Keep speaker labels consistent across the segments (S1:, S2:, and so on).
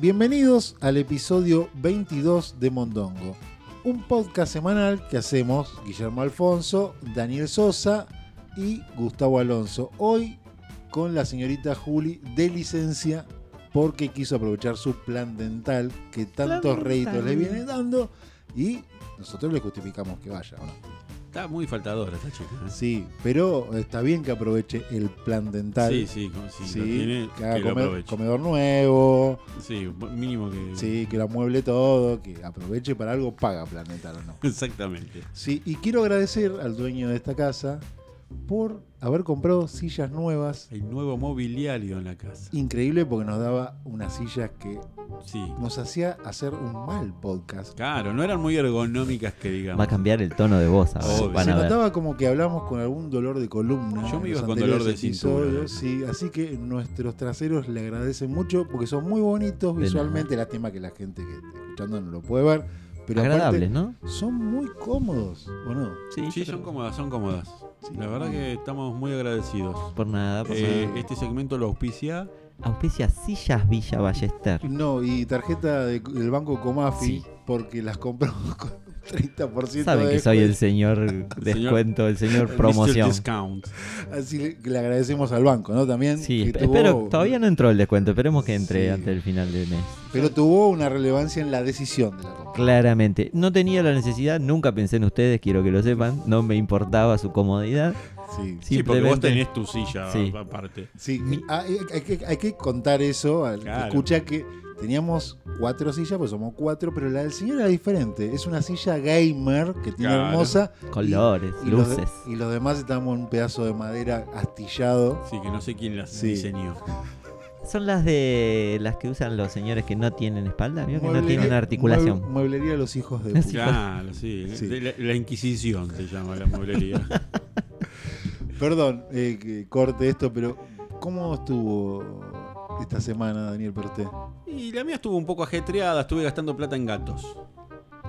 S1: Bienvenidos al episodio 22 de Mondongo, un podcast semanal que hacemos Guillermo Alfonso, Daniel Sosa y Gustavo Alonso. Hoy con la señorita Juli de licencia porque quiso aprovechar su plan dental que tantos
S2: Plan
S1: réditos
S2: dental.
S1: le viene dando y nosotros le justificamos que vaya, ¿o no?
S3: Está muy faltadora esta chica. ¿eh?
S1: Sí, pero está bien que aproveche el plan dental.
S3: Sí, sí, como si
S1: Sí,
S3: lo tiene,
S1: que haga
S3: que lo
S1: comer-
S3: aproveche.
S1: comedor nuevo,
S3: Sí, mínimo que.
S1: sí, que lo amueble todo, que aproveche para algo, paga plan dental o no.
S3: Exactamente.
S1: Sí, y quiero agradecer al dueño de esta casa por haber comprado sillas nuevas.
S3: Hay nuevo mobiliario en la casa.
S1: Increíble porque nos daba unas sillas que
S3: Sí.
S1: nos hacía hacer un mal podcast.
S3: Claro, no eran muy ergonómicas que digamos.
S4: Va a cambiar el tono de voz
S3: Obvio.
S4: ahora. Van
S1: Se
S4: a ver.
S1: notaba como que hablamos con algún dolor de columna.
S3: Yo
S1: en
S3: me iba
S1: los
S3: con dolor
S1: anteriores
S3: de cintura. ¿eh?
S1: episodios, Sí, así que nuestros traseros le agradecen mucho porque son muy bonitos
S4: De
S1: visualmente. Lástima que la gente que está escuchando no lo puede ver. Pero
S4: Agradables,
S1: aparte,
S4: ¿no?
S1: son muy cómodos, ¿o no?
S3: Sí, son cómodas, son cómodas.
S1: Sí.
S3: La verdad que estamos muy agradecidos.
S4: Por nada, por
S3: Eh,
S4: nada.
S3: este segmento lo auspicia.
S4: Auspicia Sillas Villa Ballester.
S1: No, y tarjeta de- del banco Comafi,
S4: Sí.
S1: porque las compró con 30%
S4: Saben
S1: de
S4: que soy el
S1: descuento.
S4: señor descuento, el señor
S3: Mr.
S4: promoción.
S3: Discount.
S1: Así le- que le agradecemos al banco, ¿no? También.
S4: Sí,
S1: que
S4: esp-
S1: tuvo-
S4: espero, todavía no entró el descuento, esperemos que entre
S1: Sí.
S4: antes del final del mes.
S1: Pero tuvo una relevancia en la decisión de la compra.
S4: Claramente, no tenía la necesidad, nunca pensé en ustedes, quiero que lo sepan, no me importaba su comodidad.
S1: Sí.
S3: Sí, porque vos
S4: Simplemente-
S3: tenés tu silla
S4: Sí.
S3: aparte.
S1: Sí, ah,
S4: Mi-
S1: hay, hay que, hay que contar eso. al que
S3: Claro.
S1: Escucha que teníamos cuatro sillas, pues somos cuatro, pero la del señor era diferente. Es una silla gamer que tiene
S3: Claro.
S1: hermosa. y-
S4: Colores,
S1: y los de-
S4: luces.
S1: y los demás estamos en un pedazo de madera astillado.
S3: Sí, que no sé quién las
S1: Sí.
S3: diseñó.
S4: Son las de las que usan los señores que no tienen espalda, ¿vio? que no
S1: Mueblería-
S4: tienen articulación.
S1: mueble- Mueblería de los hijos de
S4: Sí.
S1: puta.
S3: Claro, sí.
S1: Sí.
S3: De La, la Inquisición se llama la mueblería.
S1: Perdón eh, que corte esto, pero ¿cómo estuvo esta semana, Daniel Perté?
S3: Y la mía estuvo un poco ajetreada, estuve gastando plata en gatos.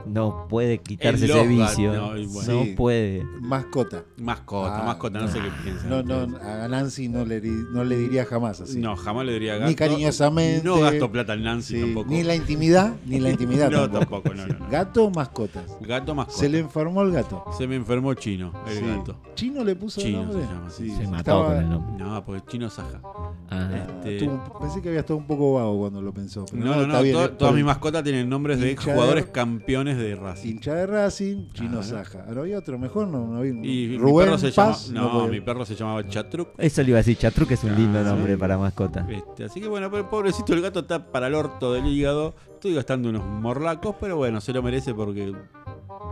S4: No puede quitarse
S3: El
S4: ese
S3: Logan,
S4: vicio.
S3: no,
S4: No,
S3: y bueno.
S1: Sí.
S4: puede.
S1: Mascota.
S3: Mascota,
S1: Ah,
S3: Oh, mascota, no, sé qué piensan.
S1: No, no,
S3: ustedes.
S1: a Nancy no le, di- no le diría jamás así.
S3: No, jamás le diría
S1: Ni
S3: gasto.
S1: cariñosamente.
S3: No gasto plata al Nancy
S1: Sí,
S3: tampoco.
S1: Ni en la intimidad, ni en la intimidad
S3: No,
S1: tampoco.
S3: tampoco, no, no, no.
S1: Gato o mascotas.
S3: Gato mascota.
S1: Se le enfermó el gato.
S3: Se me enfermó Chino, el
S1: Sí.
S3: gato.
S1: Chino le puso
S3: Chino
S1: el nombre.
S3: se llama, sí.
S4: Se mató
S1: estaba-
S4: con el nombre.
S3: No, porque Chino Saja.
S4: Ah,
S1: Ah,
S3: Este-
S1: estuvo- pensé que había estado un poco vago cuando lo pensó. pero
S3: No, no, no.
S1: está bien,
S3: to-
S1: es por
S3: todas mis mascotas tienen nombres de
S1: hincha de-
S3: jugadores campeones de Racing.
S1: Hincha de Racing, Chino
S3: Ah, no.
S1: Saja. Ahora había otro mejor, no, no había.
S3: Y mi
S1: Rubén
S3: perro se
S1: Paz,
S3: llama. No,
S1: podía.
S3: mi perro se llamaba Chatruc.
S4: Eso le iba a decir, Chatruc es un lindo
S3: Ah,
S4: nombre
S1: sí.
S4: para mascota.
S3: Este, así que bueno, pero pobrecito el gato está para el orto del hígado. Estoy gastando unos morlacos, pero bueno, se lo merece porque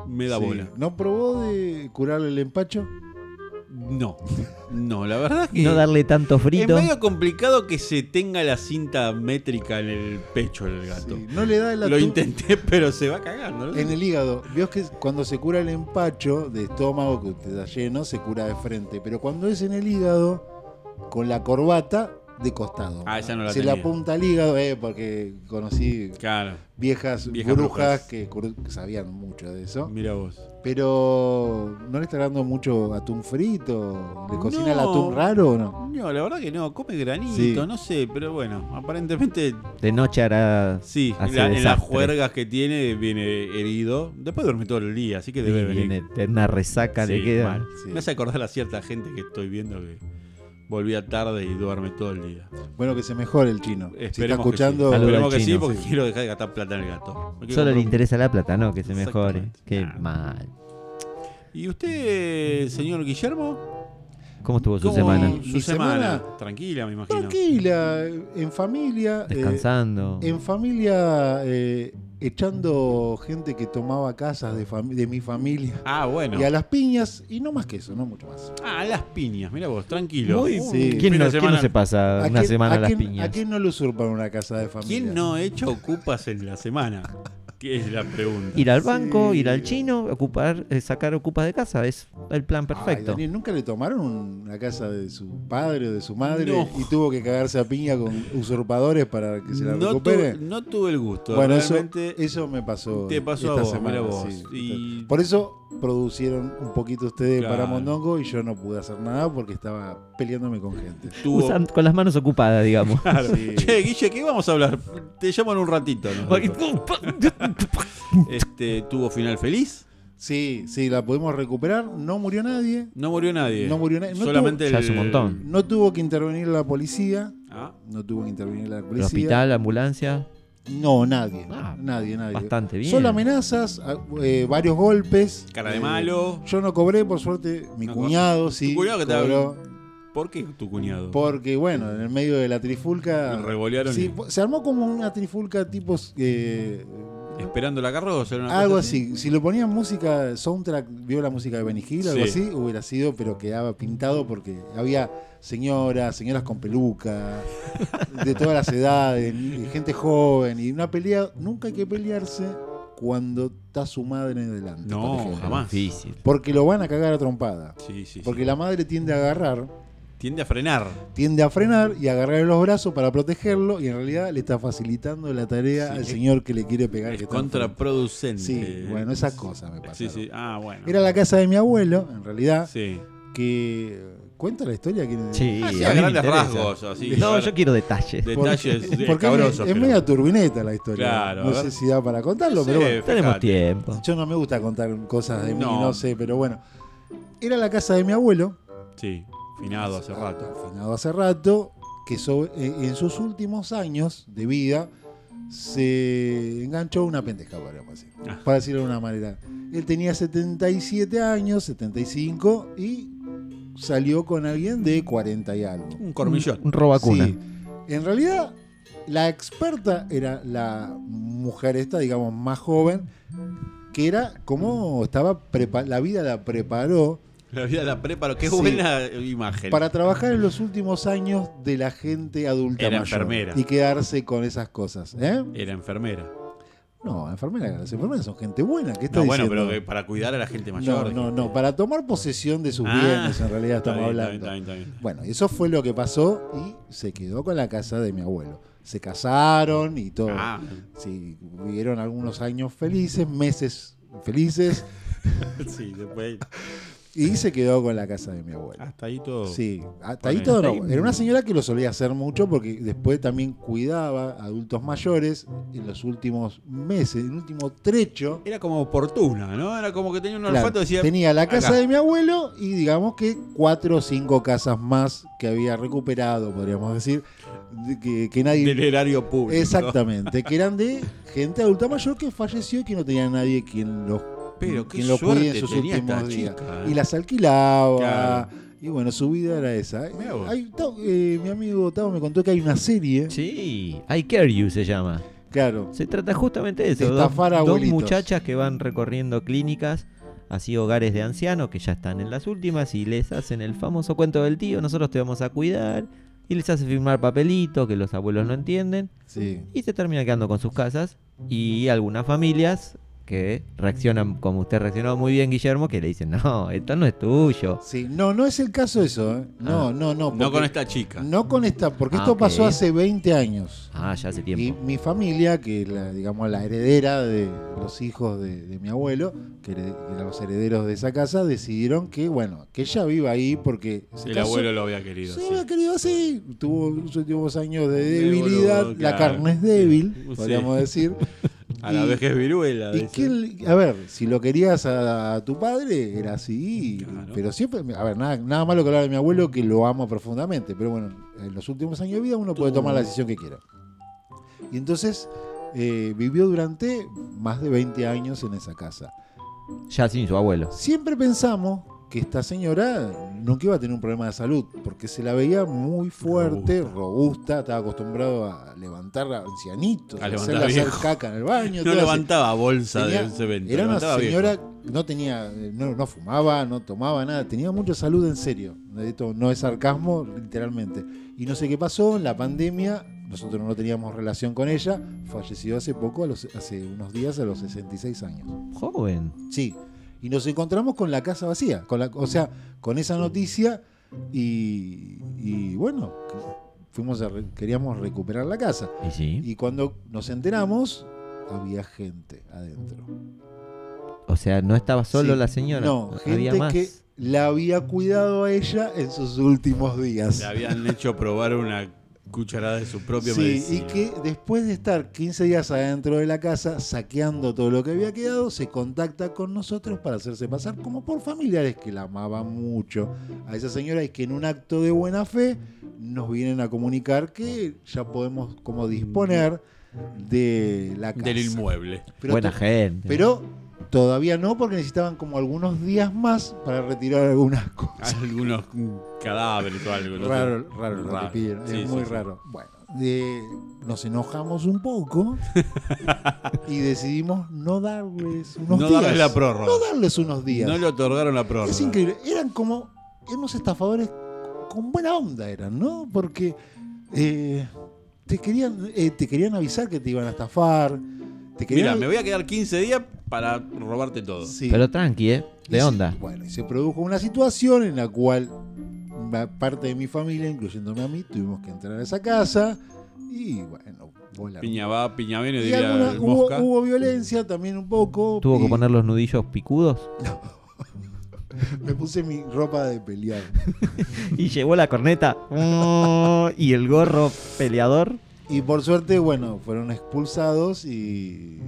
S3: me da
S1: Sí.
S3: bola.
S1: ¿No probó de curarle el empacho?
S3: No, no, la verdad es que.
S4: No darle tanto frito.
S3: Es medio complicado que se tenga la cinta métrica en el pecho del gato.
S1: Sí. No le da el
S3: Lo
S1: atún
S3: intenté, pero se va cagando. ¿no?
S1: en el hígado. Vio que cuando se cura el empacho de estómago que usted está lleno, se cura de frente. Pero cuando es en el hígado, con la corbata, de costado.
S3: Ah, esa no la
S1: Se le
S3: tenía.
S1: apunta al hígado, eh, porque conocí
S3: Claro,
S1: viejas,
S3: Viejas
S1: brujas
S3: brujas.
S1: que cru- sabían mucho de eso.
S3: mira vos.
S1: Pero no le está dando mucho atún frito. ¿Le cocina el
S3: No.
S1: atún raro o no?
S3: No, la verdad que no, come granito,
S1: Sí.
S3: no sé, pero bueno, aparentemente
S4: De noche hará.
S3: sí,
S4: Hace
S3: la- en las
S4: desastre.
S3: juergas que tiene viene herido. Después duerme todo el día, así que debe venir.
S4: Viene de una resaca, le
S3: Sí,
S4: queda.
S3: mal.
S1: Sí.
S3: Me hace acordar a cierta gente que estoy viendo que volvía tarde y duerme todo el día.
S1: Bueno, que se mejore el chino. si está
S3: Esperemos
S1: escuchando,
S3: que sí, Esperemos
S4: Saluda al
S3: que sí
S4: chino.
S3: porque quiero dejar de gastar plata en el gato. Me quiero
S4: Solo
S3: comprar
S4: le
S3: un
S4: interesa la plata, ¿no? Que se mejore.
S3: Exactamente.
S4: Qué
S3: Ah.
S4: mal.
S3: ¿Y usted, señor Guillermo?
S4: ¿Cómo estuvo su
S3: ¿Cómo
S4: semana?
S3: Su
S1: Mi
S3: semana?
S1: semana-
S3: Tranquila, me imagino.
S1: tranquila, en familia. eh,
S4: Descansando.
S1: en familia, eh, echando gente que tomaba casas de, fami- de mi familia.
S3: Ah, bueno.
S1: Y a las piñas, y no más que eso, no mucho más.
S3: Ah, a las piñas, mira vos, tranquilo.
S4: Muy-
S3: Un
S1: Sí.
S4: ¿Quién,
S3: fin de
S4: no, quién no
S3: semana-
S4: se pasa una
S1: quién-
S4: semana a las
S1: quién-
S4: piñas?
S1: ¿A quién no le usurpan una casa de familia?
S3: ¿Quién no ha hecho ocupas en la semana? Que es la pregunta.
S4: Ir al
S1: Sí.
S4: banco, ir al chino, ocupar, eh, sacar ocupas de casa. Es el plan
S1: Ay,
S4: perfecto.
S1: Daniel, ¿nunca le tomaron una casa de su padre o de su madre
S3: No.
S1: y tuvo que cagarse a piña con usurpadores para que se la
S3: no,
S1: recupere?
S3: tuve, no tuve el gusto.
S1: Bueno, eso,
S3: Realmente
S1: eso me pasó.
S3: te pasó a
S1: esta
S3: vos,
S1: semana,
S3: mirá vos.
S1: sí.
S3: Y-
S1: Por eso producieron un poquito ustedes
S3: Claro.
S1: para Mondongo y yo no pude hacer nada porque estaba peleándome con gente.
S3: Tuvo-
S4: Usan- con las manos ocupadas, digamos.
S3: Claro.
S1: Sí.
S3: Che, Guille, ¿qué vamos a hablar? Te llamo en un ratito. ¿no? Este, tuvo final feliz.
S1: Sí, sí, la pudimos recuperar. No murió nadie.
S3: No murió nadie.
S1: No murió nadie. No
S3: Solamente
S4: tuvo- Ya
S3: el-
S4: es un montón.
S1: No tuvo que intervenir la policía.
S3: Ah,
S1: No tuvo que intervenir la
S4: El
S1: policía.
S4: hospital, ambulancia,
S1: No, nadie.
S4: Ah,
S1: nadie, nadie.
S4: bastante bien.
S1: Solo amenazas, a- eh, varios golpes.
S3: cara de
S1: Eh,
S3: malo.
S1: Yo no cobré, por suerte, mi
S3: No co-
S1: cuñado sí.
S3: cuñado que te
S1: cobró,
S3: ¿Por qué tu cuñado?
S1: Porque, bueno, en el medio de la trifulca.
S3: Revolearon
S1: Sí,
S3: y-
S1: po- se armó como una trifulca tipo. eh,
S3: esperando la carroza. era una
S1: algo
S3: cosa
S1: así. Si lo ponían música, soundtrack, vio la música de Benny Hill, algo
S3: Sí.
S1: así, hubiera sido, pero quedaba pintado porque había señoras, señoras con peluca, de todas las edades, y gente joven, y una pelea. Nunca hay que pelearse cuando está su madre delante.
S3: No,
S1: por ejemplo.
S3: jamás.
S4: difícil.
S1: Porque lo van a cagar a trompada.
S3: Sí, sí.
S1: Porque
S3: sí.
S1: la madre tiende a agarrar,
S3: Tiende a frenar.
S1: tiende a frenar y a agarrarle los brazos para protegerlo y en realidad le está facilitando la tarea
S3: Sí,
S1: al
S3: es-
S1: señor que le quiere pegar. que
S3: Es
S1: está enfrente.
S3: contraproducente.
S1: Sí, bueno, esas cosas me pasaron.
S3: Sí, sí. Ah, bueno.
S1: Era la casa de mi abuelo, en realidad,
S3: Sí.
S1: que cuenta la historia que
S4: Sí,
S3: Ah, sí,
S4: a
S3: a
S4: mí me
S3: grandes
S4: interesa.
S3: rasgos. Así,
S4: No,
S3: claro.
S4: yo quiero detalles.
S3: De-
S1: Porque-
S3: detalles
S1: porque,
S3: escabrosos,
S1: es, es
S3: pero-
S1: media turbineta la historia.
S3: Claro,
S1: no
S3: a
S1: sé
S3: ver.
S1: si da para contarlo,
S3: Sí,
S1: pero bueno.
S4: Tenemos
S3: fíjate.
S4: tiempo.
S1: Yo no me gusta contar cosas de mí,
S3: No.
S1: no sé, pero bueno. Era la casa de mi abuelo,
S3: Sí, finado hace rato.
S1: Afinado hace rato, que sobre- eh, en sus últimos años de vida se enganchó a una pendeja, podríamos decir.
S3: Ah.
S1: Para decirlo de una manera. Él tenía 77 años, 75, y salió con alguien de 40 y algo.
S3: Un cormillón.
S4: Un robacuna.
S1: Sí. En realidad, la experta era la mujer esta, digamos, más joven, que era como estaba prepa- la vida la preparó
S3: La vida la preparo. Qué
S1: Sí.
S3: buena imagen.
S1: para trabajar en los últimos años de la gente adulta
S3: Era
S1: mayor
S3: enfermera.
S1: y quedarse con esas cosas. ¿eh?
S3: Era enfermera.
S1: No, enfermera, las enfermeras son gente buena. ¿Qué está
S3: No, bueno,
S1: diciendo?
S3: pero que para cuidar a la gente mayor. eh.
S1: no, no, no, para tomar posesión de sus
S3: Ah,
S1: bienes, en realidad
S3: Está
S1: estamos
S3: bien, está
S1: hablando.
S3: bien, está bien, está bien.
S1: Bueno, eso fue lo que pasó y se quedó con la casa de mi abuelo. Se casaron y todo.
S3: Ah,
S1: Sí, vivieron algunos años felices, meses felices,
S3: sí, después.
S1: y se quedó con la casa de mi abuelo.
S3: Hasta ahí todo.
S1: Sí, hasta
S3: Ponele.
S1: ahí todo no. Era una señora que lo solía hacer mucho porque después también cuidaba a adultos mayores en los últimos meses, en el último trecho.
S3: Era como oportuna, ¿no? Era como que tenía un olfato
S1: Claro,
S3: y decía.
S1: tenía la casa
S3: acá.
S1: de mi abuelo y digamos que cuatro o cinco casas más que había recuperado, podríamos decir, de que, que nadie...
S3: Del erario público.
S1: Exactamente, que eran de gente adulta mayor que falleció y que no tenía nadie quien los
S3: Pero qué
S1: Mm, quien lo cuide
S3: suerte
S1: en sus
S3: tenía esta
S1: últimos días.
S3: chica. ¿eh?
S1: y las alquilaba.
S3: Claro.
S1: Y bueno, su vida era esa.
S3: Mirá vos.
S1: Hay- Tao- eh, mi amigo Tavo me contó que hay una serie.
S4: Sí, I Care You se llama.
S1: Claro.
S4: Se trata justamente de eso.
S1: De
S4: dos-
S1: estafar
S4: dos,
S1: abuelitos.
S4: muchachas que van recorriendo clínicas, así hogares de ancianos que ya están en las últimas y les hacen el famoso cuento del tío, nosotros te vamos a cuidar. Y les hace firmar papelitos que los abuelos no entienden.
S1: Sí.
S4: Y se terminan quedando con sus casas y algunas familias que reaccionan como usted reaccionó muy bien, Guillermo, que le dicen, no, esto no es tuyo.
S1: Sí. No, no es el caso eso. ¿eh? No,
S4: Ah.
S1: no, no.
S3: No
S1: porque-
S3: con esta chica.
S1: No con esta, porque
S4: Ah,
S1: esto
S4: ok.
S1: pasó hace 20 años.
S4: Ah, ya hace
S1: Y
S4: tiempo.
S1: mi familia, que es la, digamos la heredera de los hijos de, de mi abuelo, que eran los herederos de esa casa, decidieron que, bueno, que ella viva ahí porque se
S3: El
S1: casó-
S3: abuelo lo había querido.
S1: Sí,
S3: sí.
S1: había querido así. Tuvo sus últimos años de
S3: De
S1: debilidad.
S3: boludo,
S1: La
S3: claro.
S1: carne es débil,
S3: Sí.
S1: podríamos decir.
S3: A la
S1: Y-
S3: vejez viruela.
S1: Y
S3: dice.
S1: quién- a ver, si lo querías a, a tu padre, era así.
S3: Claro.
S1: Pero siempre, a ver, nada, nada malo que hablar de mi abuelo, que lo amo profundamente. Pero bueno, en los últimos años de vida uno puede
S3: Tú.
S1: tomar la decisión que quiera. Y entonces eh, vivió durante más de 20 años en esa casa.
S4: Ya sin su abuelo.
S1: Siempre pensamos que esta señora nunca iba a tener un problema de salud, porque se la veía muy fuerte, robusta,
S3: Robusta.
S1: estaba acostumbrado a levantar a ancianitos,
S3: A
S1: a,
S3: levantar
S1: hacerla hacer
S3: viejo.
S1: caca en el baño.
S3: No
S1: todo así.
S3: levantaba bolsa
S1: Tenía-
S3: de un cemento.
S1: era una
S3: levantaba viejo.
S1: señora que no tenía, no, no fumaba, no tomaba nada, tenía mucha salud en serio. Esto no es sarcasmo, literalmente. Y no sé qué pasó, en la pandemia, nosotros no teníamos relación con ella, falleció hace poco, a los- hace unos días, a los 66 años.
S4: Joven.
S1: Sí. Y nos encontramos con la casa vacía, con la, o sea, con esa noticia y, y bueno, fuimos a re- queríamos recuperar la casa.
S4: Y sí.
S1: Y cuando nos enteramos, había gente adentro.
S4: O sea, no estaba solo
S1: Sí.
S4: la señora.
S1: No,
S4: había
S1: gente
S4: más.
S1: que la había cuidado a ella en sus últimos días.
S3: Le habían hecho probar una cucharada de su propia
S1: Sí, y
S3: medicina.
S1: que después de estar 15 días adentro de la casa saqueando todo lo que había quedado, se contacta con nosotros para hacerse pasar como por familiares que la amaban mucho a esa señora y que en un acto de buena fe nos vienen a comunicar que ya podemos como disponer de la casa.
S3: Del inmueble.
S1: Pero
S4: Buena
S1: to-
S4: gente.
S1: Pero todavía no porque necesitaban como algunos días más para retirar algunas cosas.
S3: Algunos cadáveres o algo. no sé.
S1: Raro, raro lo que pidieron,
S3: Sí,
S1: es
S3: sí,
S1: muy
S3: sí.
S1: raro. Bueno, eh, nos enojamos un poco y decidimos no darles unos
S3: No
S1: días.
S3: darles la prórroga.
S1: No darles unos días.
S3: No le otorgaron la prórroga.
S1: es increíble, eran como unos estafadores con buena onda eran, ¿no? Porque eh, te querían eh, te querían avisar que te iban a estafar, te
S3: Mira,
S1: querían
S3: me voy a quedar 15 días para robarte todo.
S1: Sí.
S4: Pero tranqui, ¿eh?
S1: Y
S4: De
S1: se-
S4: onda.
S1: bueno, y se produjo una situación en la cual ma- parte de mi familia, incluyéndome a mí, tuvimos que entrar a esa casa y bueno, volaron.
S3: Piña va, piña viene,
S1: Y
S3: diría
S1: alguna-
S3: el
S1: hubo,
S3: Mosca.
S1: hubo violencia también un poco.
S4: Tuvo que
S1: y
S4: poner los nudillos picudos.
S1: Me puse mi ropa de pelear.
S4: Y llevó la corneta. y el gorro peleador.
S1: Y por suerte, bueno, fueron expulsados y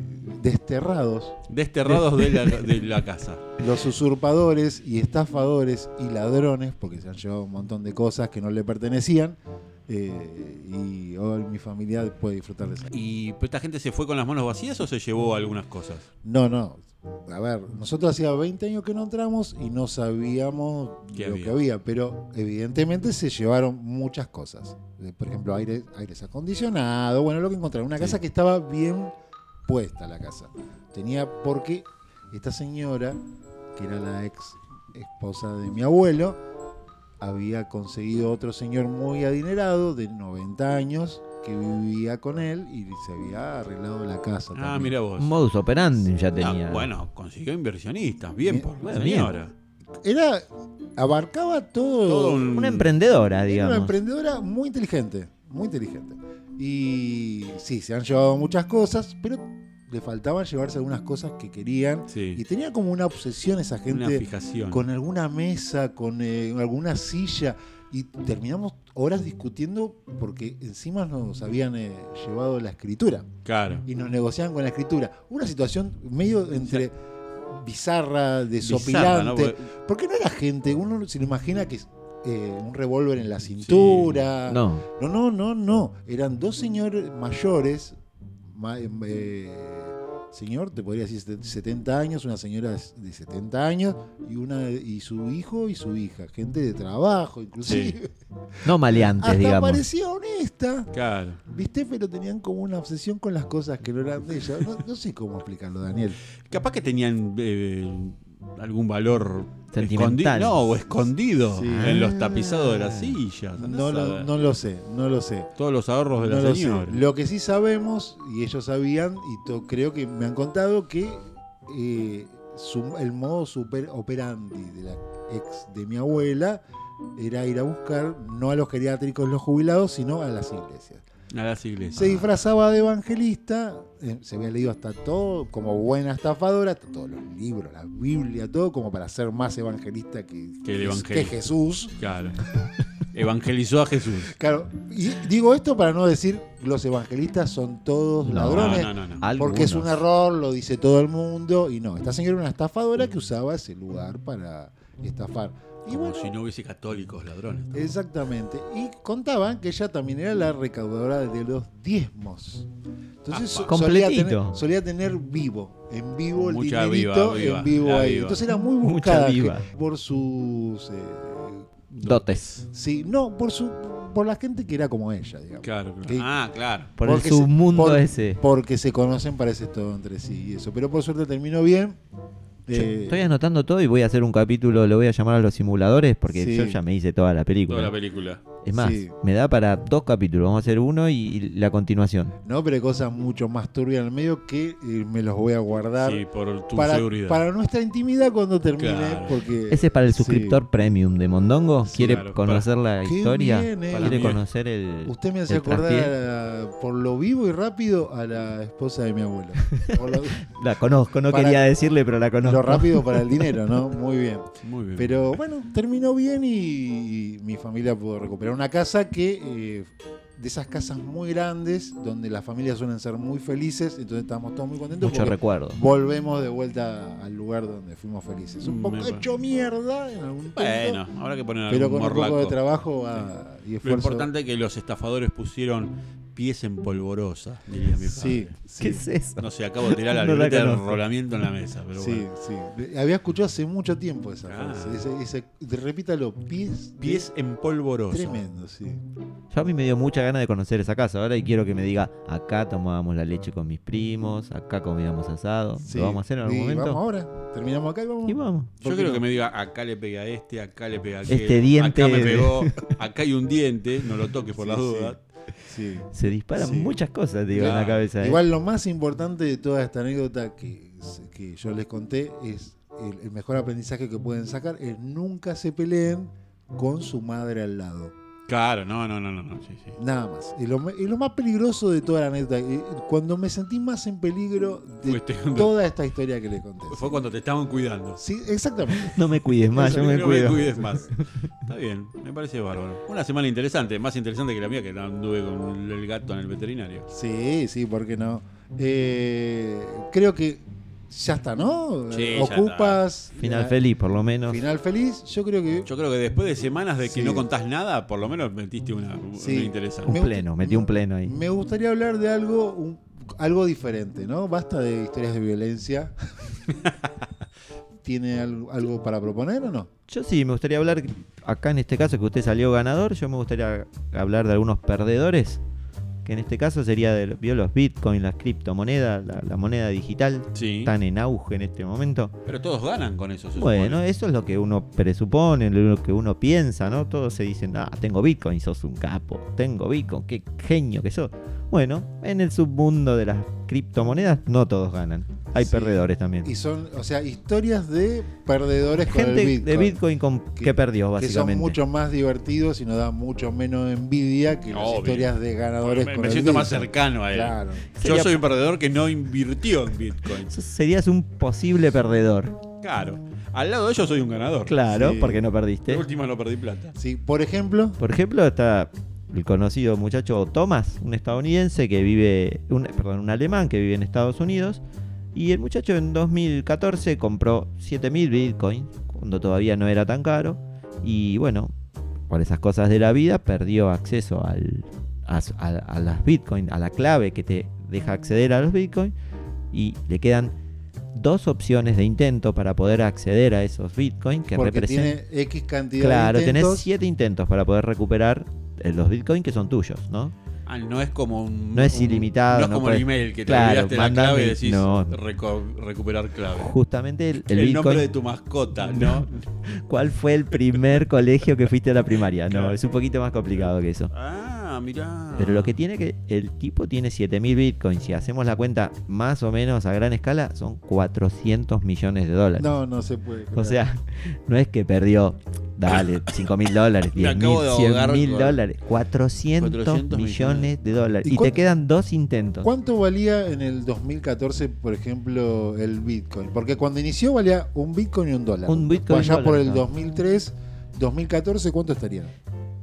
S1: desterrados.
S3: Desterrados de la, de la casa.
S1: Los usurpadores y estafadores y ladrones, porque se han llevado un montón de cosas que no le pertenecían. eh, y hoy mi familia puede disfrutar de esa
S3: ¿Y pero esta gente se fue con las manos vacías o se llevó algunas cosas? Ah,
S1: No, no. A ver, nosotros hacía 20 años que no entramos y no sabíamos
S3: ¿Qué
S1: lo
S3: había?
S1: que había, pero evidentemente se llevaron muchas cosas. Eh, Por ejemplo, aire, aires acondicionados, bueno, lo que encontraron. Una
S3: Sí.
S1: casa que estaba bien puesta, la casa. Tenía, porque esta señora, que era la ex esposa de mi abuelo, había conseguido otro señor muy adinerado, de 90 años, que vivía con él y se había arreglado la casa.
S3: Ah,
S1: también.
S3: mira vos.
S4: Un modus operandi ya
S3: Ah,
S4: tenía.
S3: bueno, consiguió inversionistas. Bien
S1: Bien,
S3: por la
S4: bueno,
S3: señora.
S1: era abarcaba todo,
S3: Todo un-
S4: Una emprendedora,
S1: era
S4: digamos.
S1: una emprendedora muy inteligente muy inteligente y sí se han llevado muchas cosas pero le faltaban llevarse algunas cosas que querían
S3: Sí.
S1: y tenía como una obsesión esa
S3: Una
S1: gente
S3: fijación.
S1: con alguna mesa con eh, alguna silla y terminamos horas discutiendo porque encima nos habían eh, llevado la escritura
S3: Claro.
S1: y nos negociaban con la escritura una situación medio entre bizarra
S3: Bizarra, ¿no?
S1: desopilante
S3: Porque-
S1: porque no era gente, uno se lo imagina que es eh, un revólver en la cintura.
S4: No.
S1: no, no, no, no. Eran dos señores mayores. ma- eh, señor, te podría decir seten- 70 años, una señora de 70 años y una y su hijo y su hija. Gente de trabajo, inclusive.
S4: No maleantes,
S1: Hasta
S4: digamos.
S1: parecía honesta.
S3: Claro.
S1: ¿Viste? Pero tenían como una obsesión con las cosas que no eran de ella. No, no sé cómo explicarlo, Daniel.
S3: Capaz que tenían eh, algún valor
S4: Sentimental.
S3: escondi- No, o escondido
S1: Sí. Ah.
S3: en los tapizados de las sillas. Andá
S1: No
S3: a
S1: lo-
S3: saber.
S1: no lo sé, no lo sé.
S3: Todos los ahorros de
S1: No
S3: la
S1: lo,
S3: señora.
S1: sé. Lo que sí sabemos, y ellos sabían, y to- creo que me han contado, que eh, su- el modo super operandi de la ex de mi abuela era ir a buscar no a los geriátricos, los jubilados, sino a las iglesias.
S3: A las iglesias.
S1: Se disfrazaba de evangelista, eh, se había leído hasta todo, como buena estafadora, hasta todos los libros, la Biblia, todo, como para ser más evangelista que,
S3: Que el evangelio.
S1: que Jesús.
S3: Claro. Evangelizó a Jesús.
S1: Claro, y digo esto para no decir los evangelistas son todos
S4: No,
S1: ladrones. Ah,
S3: No, no, no, no.
S4: Algunos.
S1: Porque es un error, lo dice todo el mundo. Y no, esta señora era una estafadora que usaba ese lugar para estafar. Y
S3: Como
S1: bueno,
S3: si no hubiese católicos ladrones.
S1: exactamente. Y contaban que ella también era la recaudadora de los diezmos. Entonces
S3: Apa.
S1: so- solía
S4: Completito.
S1: tener, solía tener vivo, en vivo el
S3: Mucha viva,
S1: dinerito,
S3: viva,
S1: en vivo
S3: la
S1: ahí.
S3: viva.
S1: Entonces era muy
S4: Mucha
S1: buscada que-
S4: viva.
S1: por sus... eh,
S4: Dotes.
S1: sí, no, por su por la gente que era como ella, digamos.
S3: Claro, claro.
S1: Sí.
S3: Ah, claro.
S4: Por
S1: Porque
S4: el
S1: se-
S4: submundo
S1: por-
S4: ese.
S1: Porque se conocen, parece todo entre sí y eso. Pero por suerte terminó bien. Eh,
S4: Estoy anotando todo y voy a hacer un capítulo, lo voy a llamar a los simuladores porque
S1: Sí.
S4: yo ya me hice toda la película.
S3: Toda la película.
S4: Es más,
S1: Sí.
S4: me da para dos capítulos. Vamos a hacer uno y, y la continuación.
S1: No, pero hay cosas mucho más turbias en el medio que eh, me los voy a guardar
S3: Sí, por tu
S1: para,
S3: seguridad.
S1: para nuestra intimidad cuando termine.
S3: Claro.
S1: Porque
S4: Ese es para el
S1: Sí.
S4: suscriptor premium de Mondongo.
S1: Sí,
S4: ¿Quiere
S3: claro,
S4: conocer la
S1: Qué
S4: historia?
S1: bien, eh.
S3: Para
S4: ¿Quiere
S3: mí.
S4: conocer el.
S1: Usted me hace
S4: el
S1: acordar
S4: traspié.
S1: a- por lo vivo y rápido a la esposa de mi abuelo. Por lo,
S4: La conozco, no
S1: Para-
S4: quería decirle, pero la
S1: lo
S4: conozco.
S1: rápido para el dinero, ¿no? Muy bien.
S3: Muy bien.
S1: Pero bueno, terminó bien y, y mi familia pudo recuperar una casa que, eh, de esas casas muy grandes, donde las familias suelen ser muy felices, entonces estábamos todos muy contentos
S4: Mucho
S1: porque
S4: recuerdo.
S1: volvemos de vuelta al lugar donde fuimos felices. Un
S3: Me
S1: poco
S3: pa-
S1: hecho mierda en algún punto,
S3: bueno, habrá que poner
S1: pero
S3: algún
S1: con un
S3: morlaco.
S1: poco de trabajo ah, y
S3: Lo
S1: esfuerzo.
S3: importante es que los estafadores pusieron pies en polvorosa, diría mi padre.
S1: sí, sí.
S4: ¿Qué es eso?
S3: No sé, acabo de tirar la
S4: No la
S3: libreta de
S4: conozco.
S3: enrolamiento en la mesa, pero
S1: sí,
S3: bueno.
S1: sí. Había escuchado hace mucho tiempo esa
S3: Ah.
S1: frase. Ese, ese- repítalo, pies. de-
S3: Pies en polvorosa.
S1: Tremendo, sí.
S4: Yo a mí me dio mucha gana de conocer esa casa ahora y quiero que me diga, acá tomábamos la leche con mis primos, acá comíamos asado.
S1: sí.
S4: ¿Lo vamos a hacer en algún
S1: Y
S4: momento?
S1: Vamos ahora. Terminamos acá y vamos.
S4: Y vamos.
S1: ¿Por
S3: Yo
S1: qué
S3: creo
S1: no?
S3: que me diga, acá le pega a este, acá le pega a aquel,
S4: Este diente
S3: acá me
S4: de-
S3: pegó, acá hay un diente, no lo toques por
S1: Sí,
S3: las
S1: sí.
S3: dudas.
S1: Sí.
S4: Se disparan
S1: Sí.
S4: muchas cosas, digo, en la
S3: Claro.
S4: cabeza. ¿eh?
S1: Igual lo más importante de toda esta anécdota que, que yo les conté es el, el mejor aprendizaje que pueden sacar es nunca se peleen con su madre al lado.
S3: Claro, no, no, no, no, no, sí, sí.
S1: Nada más. Es lo, me- es lo más peligroso de toda la anécdota. Eh, Cuando me sentí más en peligro de
S3: Fuiste cuando-
S1: toda esta historia que les conté.
S3: Fue cuando te estaban cuidando.
S1: Sí, exactamente.
S4: No me cuides más,
S3: Eso,
S4: yo me
S3: no
S4: cuido.
S3: cuides más. Está bien, me parece bárbaro. Una semana interesante, más interesante que la mía, que anduve con el gato en el veterinario.
S1: Sí, sí, ¿por qué no? Eh, creo que ya está, ¿no?
S3: Sí, ya
S1: Ocupas.
S4: Final
S1: eh,
S4: feliz, por lo menos.
S1: Final feliz. Yo creo que.
S3: Yo creo que después de semanas de que
S1: Sí.
S3: no contás nada, por lo menos metiste una, una
S1: Sí.
S3: interesante.
S4: Un
S1: me gusta-
S4: pleno, metí un pleno ahí.
S1: Me gustaría hablar de algo, un- algo diferente, ¿no? Basta de historias de violencia. ¿Tiene al- algo para proponer o no?
S4: Yo sí, me gustaría hablar, acá en este caso que usted salió ganador, yo me gustaría hablar de algunos perdedores, que en este caso sería de vio los bitcoins, las criptomonedas, la, la moneda digital,
S3: Sí.
S4: tan en auge en este momento.
S3: Pero todos ganan con eso. se
S4: Bueno,
S3: supone.
S4: eso es lo que uno presupone, lo que uno piensa, ¿no? Todos se dicen, ah, tengo Bitcoin, sos un capo, tengo Bitcoin, qué genio que sos. Bueno, en el submundo de las criptomonedas no todos ganan, hay
S1: Sí.
S4: perdedores también.
S1: Y son, o sea, historias de perdedores con
S4: Gente
S1: el Bitcoin.
S4: de Bitcoin con- que,
S1: que-
S4: perdió,
S1: que son
S4: básicamente.
S1: mucho más divertidos y nos dan mucho menos envidia que las
S3: Obvio.
S1: historias de ganadores
S3: me,
S1: con
S3: me
S1: el
S3: siento más
S1: Bitcoin.
S3: cercano a él.
S1: Claro.
S3: Yo
S4: Sería-
S3: soy un perdedor que no invirtió en Bitcoin.
S4: Sos- Serías un posible perdedor.
S3: Claro. Al lado de ellos soy un ganador.
S4: Claro,
S1: Sí.
S4: porque no
S3: De
S4: perdiste.
S3: última no perdí plata.
S1: Sí, por ejemplo,
S4: Por ejemplo, está el conocido muchacho Thomas, un estadounidense que vive, un, perdón, un alemán que vive en Estados Unidos. Y el muchacho en 2014 compró 7000 bitcoins, cuando todavía no era tan caro. Y bueno, por esas cosas de la vida, perdió acceso al, a, su- a- a las bitcoins, a la clave que te deja acceder a los bitcoins. Y le quedan dos opciones de intento para poder acceder a esos bitcoins que
S1: porque
S4: representan.
S1: tiene X cantidad
S4: Claro,
S1: de intentos.
S4: tenés siete intentos para poder recuperar eh, los bitcoins que son tuyos, ¿no?
S3: Ah, no es como un.
S4: No es
S3: un-
S4: ilimitado,
S3: No es
S4: no
S3: como
S4: puedes-
S3: el email que te
S4: Claro,
S3: olvidaste la
S4: mandame-
S3: clave y decís
S4: no.
S3: reco- recuperar clave.
S4: Justamente el, el
S3: El, nombre
S4: bitcoin.
S3: de tu mascota, ¿no?
S4: ¿Cuál fue el primer colegio que fuiste a la primaria? No,
S3: Claro.
S4: es un poquito más complicado que eso.
S3: ah, mirá.
S4: Pero lo que tiene que. El tipo tiene 7000 bitcoins. Si hacemos la cuenta más o menos a gran escala, son 400 millones de dólares.
S1: No, no se puede.
S4: O
S1: creer.
S4: sea, no es que perdió. Dale, 5 mil dólares,
S3: Me
S4: 10 mil,
S3: acabo de
S4: 100
S3: ahogar
S4: mil
S3: con-
S4: dólares, 400,
S3: 400
S4: millones de dólares.
S1: ¿Y
S4: Y, te
S1: cuán-
S4: quedan dos intentos.
S1: ¿Cuánto valía en el 2014, por ejemplo, el Bitcoin? Porque cuando inició valía un Bitcoin y un dólar.
S4: Un Bitcoin y un
S1: Allá por
S4: dólar,
S1: el
S4: ¿no?
S1: 2003, 2014, ¿cuánto estaría?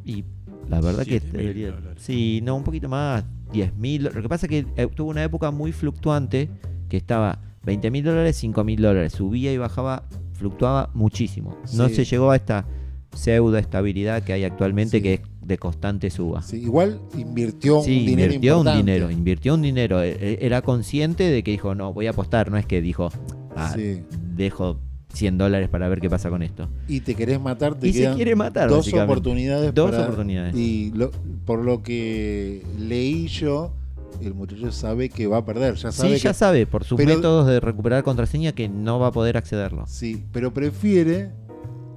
S4: Y la verdad que
S3: 7.000
S4: debería-
S3: dólares.
S4: sí, no, un poquito más, 10 mil. Lo que pasa es que eh, tuvo una época muy fluctuante que estaba 20 mil dólares, 5 mil dólares, subía y bajaba, fluctuaba muchísimo. No
S1: Sí.
S4: se llegó a esta pseudo estabilidad que hay actualmente
S1: Sí.
S4: que es de constante suba.
S1: Sí, igual invirtió
S4: Sí,
S1: un dinero
S4: invirtió un
S1: importante.
S4: dinero, invirtió un dinero. E- e- Era consciente de que dijo, no, voy a apostar. No es que dijo, "Ah,
S1: Sí.
S4: dejo 100 dólares para ver qué pasa con esto.
S1: Y te querés matar, te
S4: Y se
S1: quedan
S4: quiere matar,
S1: dos
S4: básicamente.
S1: oportunidades.
S4: Dos
S1: para-
S4: oportunidades.
S1: Y lo- por lo que leí yo, el muchacho sabe que va a perder. Ya sabe
S4: Sí, ya
S1: que-
S4: sabe, por sus
S1: pero-
S4: métodos de recuperar contraseña que no va a poder accederlo.
S1: Sí, pero prefiere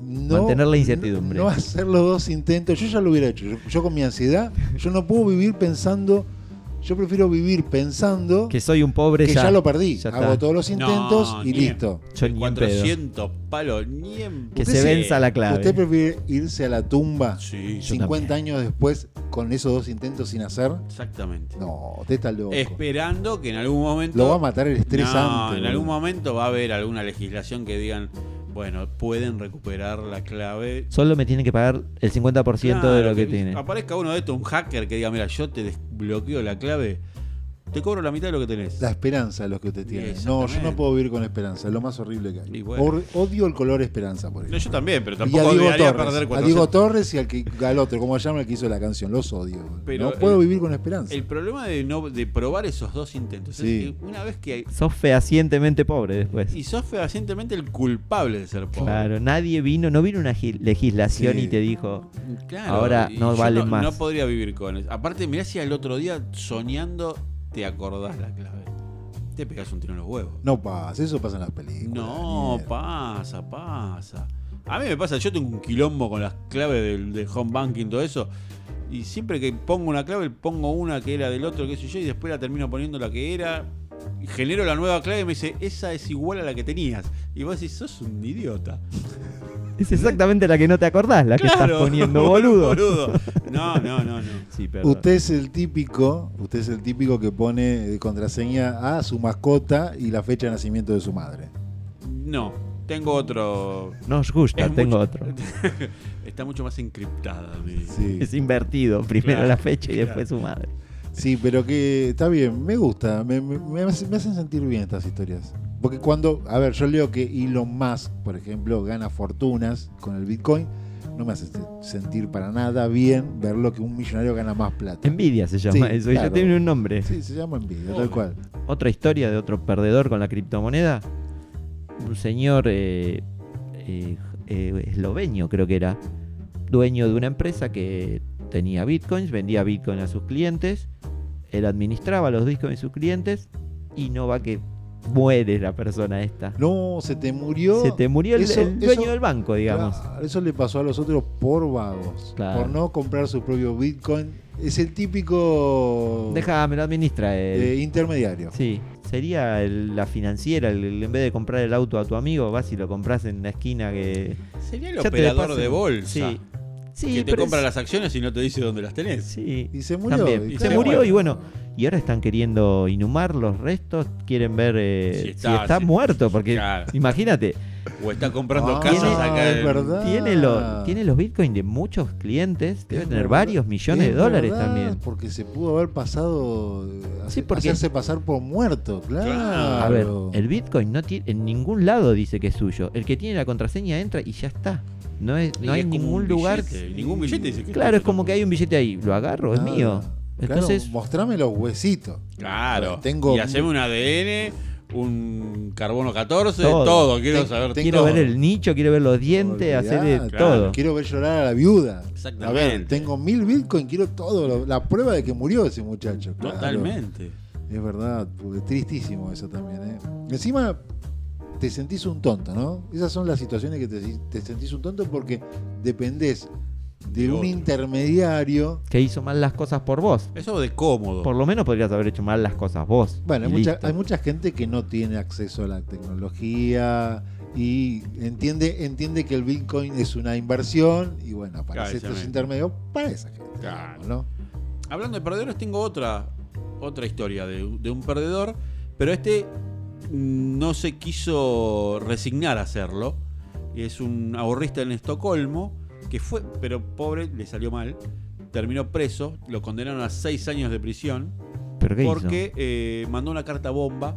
S1: no-
S4: Mantener la incertidumbre.
S1: No, no hacer los dos intentos. Yo ya lo hubiera hecho. Yo, yo con mi ansiedad, yo no puedo vivir pensando. Yo prefiero vivir pensando
S4: Que soy un pobre
S1: que ya, lo perdí.
S4: ya
S1: Hago
S4: está.
S1: todos los intentos
S3: No,
S1: y
S3: ni en-
S1: listo.
S4: Yo ni en pedo.
S3: 400 palos, ni en
S4: Que
S1: Usted
S4: se
S1: sí.
S4: venza la clave.
S1: ¿Usted prefiere irse a la tumba
S3: Sí,
S4: yo
S1: 50 años después con esos dos intentos sin hacer?
S3: exactamente.
S1: No, usted está loco.
S3: Esperando que en algún momento.
S1: Lo va a matar el estrés
S3: No,
S1: antes,
S3: en algún
S1: boludo.
S3: momento va a haber alguna legislación que digan, bueno, pueden recuperar la clave.
S4: Solo me tienen que pagar el 50% de
S3: Claro,
S4: lo que, tiene.
S3: Aparezca uno de estos, un hacker que diga, mira, yo te desbloqueo la clave, te cobro la mitad de lo que tenés.
S1: La esperanza es lo que usted tiene. No, yo
S3: Exactamente.
S1: no puedo vivir con la esperanza. Es lo más horrible que hay.
S3: Y bueno.
S1: Or- odio el color esperanza por
S3: No,
S1: eso.
S3: yo también, pero
S1: y a
S3: tampoco
S1: Diego
S3: debería
S1: Torres.
S3: perder
S1: A
S3: 400.
S1: Diego Torres y al, que, al otro, como se llama el que hizo la canción. Los odio. boludo.
S3: Pero
S1: no puedo
S3: el-
S1: vivir con esperanza.
S3: El problema de no de probar esos dos intentos
S1: Sí.
S3: es que una vez que hay,
S4: Sos fehacientemente pobre después.
S3: y sos fehacientemente el culpable de ser pobre.
S4: Claro, nadie vino, no vino una gi- legislación
S1: Sí.
S4: y te dijo,
S3: Claro,
S4: Ahora
S3: y
S4: no
S3: yo
S4: valen
S3: no,
S4: más.
S3: No podría vivir con eso. Aparte, mirá si al otro día soñando te acordás la clave. Te pegas un tiro en los huevos.
S1: No pasa. Eso pasa en las películas.
S3: No,
S1: Daniel.
S3: pasa, pasa. A mí me pasa, yo tengo un quilombo con las claves del, del home banking, todo eso. Y siempre que pongo una clave, pongo una que era del otro, qué sé yo, y después la termino poniendo la que era. Y genero la nueva clave y me dice, esa es igual a la que tenías. Y vos decís, sos un idiota.
S4: es exactamente la que no te acordás, la que estás poniendo, boludo.
S3: No, no, no, no.
S4: Sí, perdón.
S1: Usted es el típico, usted es el típico que pone de contraseña a su mascota y la fecha de nacimiento de su madre.
S3: No, tengo otro.
S4: No os gusta,
S3: Es
S4: tengo
S3: mucho-
S4: otro.
S3: Está mucho más encriptada. mi-
S1: Sí,
S4: Es invertido, primero
S3: Claro,
S4: la fecha y
S3: claro.
S4: después su madre.
S1: Sí, pero que está bien, me gusta, me, me- me hace- me hacen sentir bien estas historias. Porque cuando, a ver, yo leo que Elon Musk, por ejemplo, gana fortunas con el Bitcoin, no me hace se- sentir para nada bien ver lo que un millonario gana más plata.
S4: Envidia Oh. se llama
S1: Sí,
S4: eso, y ya
S1: claro.
S4: tiene un nombre.
S1: Sí, se llama envidia, tal
S3: Obvio.
S1: cual.
S4: Otra historia de otro perdedor con la criptomoneda. Un señor eh, eh, eh, esloveño, creo que era, dueño de una empresa que tenía bitcoins, vendía bitcoin a sus clientes, él administraba los bitcoins de sus clientes y no va que muere la persona esta.
S1: No, se te murió.
S4: Se te murió el,
S1: eso-
S4: el dueño
S1: eso-
S4: del banco, digamos.
S1: Claro, eso le pasó a los otros por vagos,
S4: Claro.
S1: por no comprar su propio Bitcoin. Es el típico
S4: Déjame, lo administra él.
S1: eh, intermediario.
S4: Sí, sería el- la financiera, el- el- en vez de comprar el auto a tu amigo, vas y lo compras en la esquina que...
S3: Sería el
S4: Ya te
S3: operador
S4: despasen.
S3: de bolsa.
S4: Sí, sí
S3: que te
S4: pero
S3: compra
S4: es-
S3: las acciones y no te dice dónde las tenés.
S4: Sí,
S1: Y se murió.
S4: También.
S3: Y
S4: se
S1: claro.
S4: murió y bueno, y ahora están queriendo inhumar los restos, quieren ver eh, si
S3: Si
S4: está,
S3: está, si-
S4: muerto, porque
S3: Claro.
S4: imagínate,
S3: O está comprando
S1: Ah,
S3: casas
S4: tiene-
S3: acá.
S1: es
S3: en-
S1: verdad.
S4: tiene, lo- tiene los bitcoins de muchos clientes, debe
S1: Es
S4: tener
S1: verdad.
S4: varios millones de
S1: Es
S4: dólares
S1: verdad,
S4: también.
S1: Porque se pudo haber pasado. hace-
S4: porque-
S1: Hacerse pasar por muerto, claro.
S3: Claro.
S4: A ver, el bitcoin no tiene, en ningún lado dice que es suyo, el que tiene la contraseña entra y ya está, no, es,
S3: Y
S4: no hay
S3: es como
S4: ningún
S3: un
S4: lugar...
S3: billete, Ningún billete dice que
S4: Claro, es como que hay un billete ahí, lo agarro, es
S1: Ah,
S4: mío.
S1: claro,
S4: Entonces,
S1: mostrame los huesitos.
S3: Claro.
S1: Tengo-
S3: Y haceme un ADN, un carbono 14,
S4: Todo.
S3: todo. Quiero
S1: Ten-
S3: saber
S1: ten-
S3: todo.
S4: quiero ver el nicho, quiero ver los dientes, hacer de
S1: Olvidate.
S4: todo.
S1: Quiero ver llorar a la viuda.
S3: Exactamente.
S1: A ver, tengo mil Bitcoin, quiero todo. lo- La prueba de que murió ese muchacho. claro.
S3: Totalmente.
S1: Es verdad, porque tristísimo eso también. ¿eh? Encima te sentís un tonto, ¿no? Esas son las situaciones que te, te sentís un tonto porque dependés de
S3: De
S1: un
S3: otro.
S1: intermediario.
S4: Que hizo mal las cosas por vos.
S3: Eso de cómodo.
S4: Por lo menos podrías haber hecho mal las cosas vos.
S1: Bueno, hay
S4: y
S1: mucha,
S4: listo.
S1: hay mucha gente que no tiene acceso a la tecnología y entiende, entiende que el Bitcoin es una inversión y bueno, aparecen estos
S3: Exactamente.
S1: intermediarios para esa gente.
S3: Claro.
S1: ¿no?
S3: Hablando de perdedores, tengo otra, otra historia de, de un perdedor, pero este no se quiso resignar a hacerlo. Es un ahorrista en Estocolmo que fue, pero pobre, le salió mal. Terminó preso, lo condenaron a seis años de prisión
S4: ¿Pero qué hizo?
S3: porque eh, mandó una carta bomba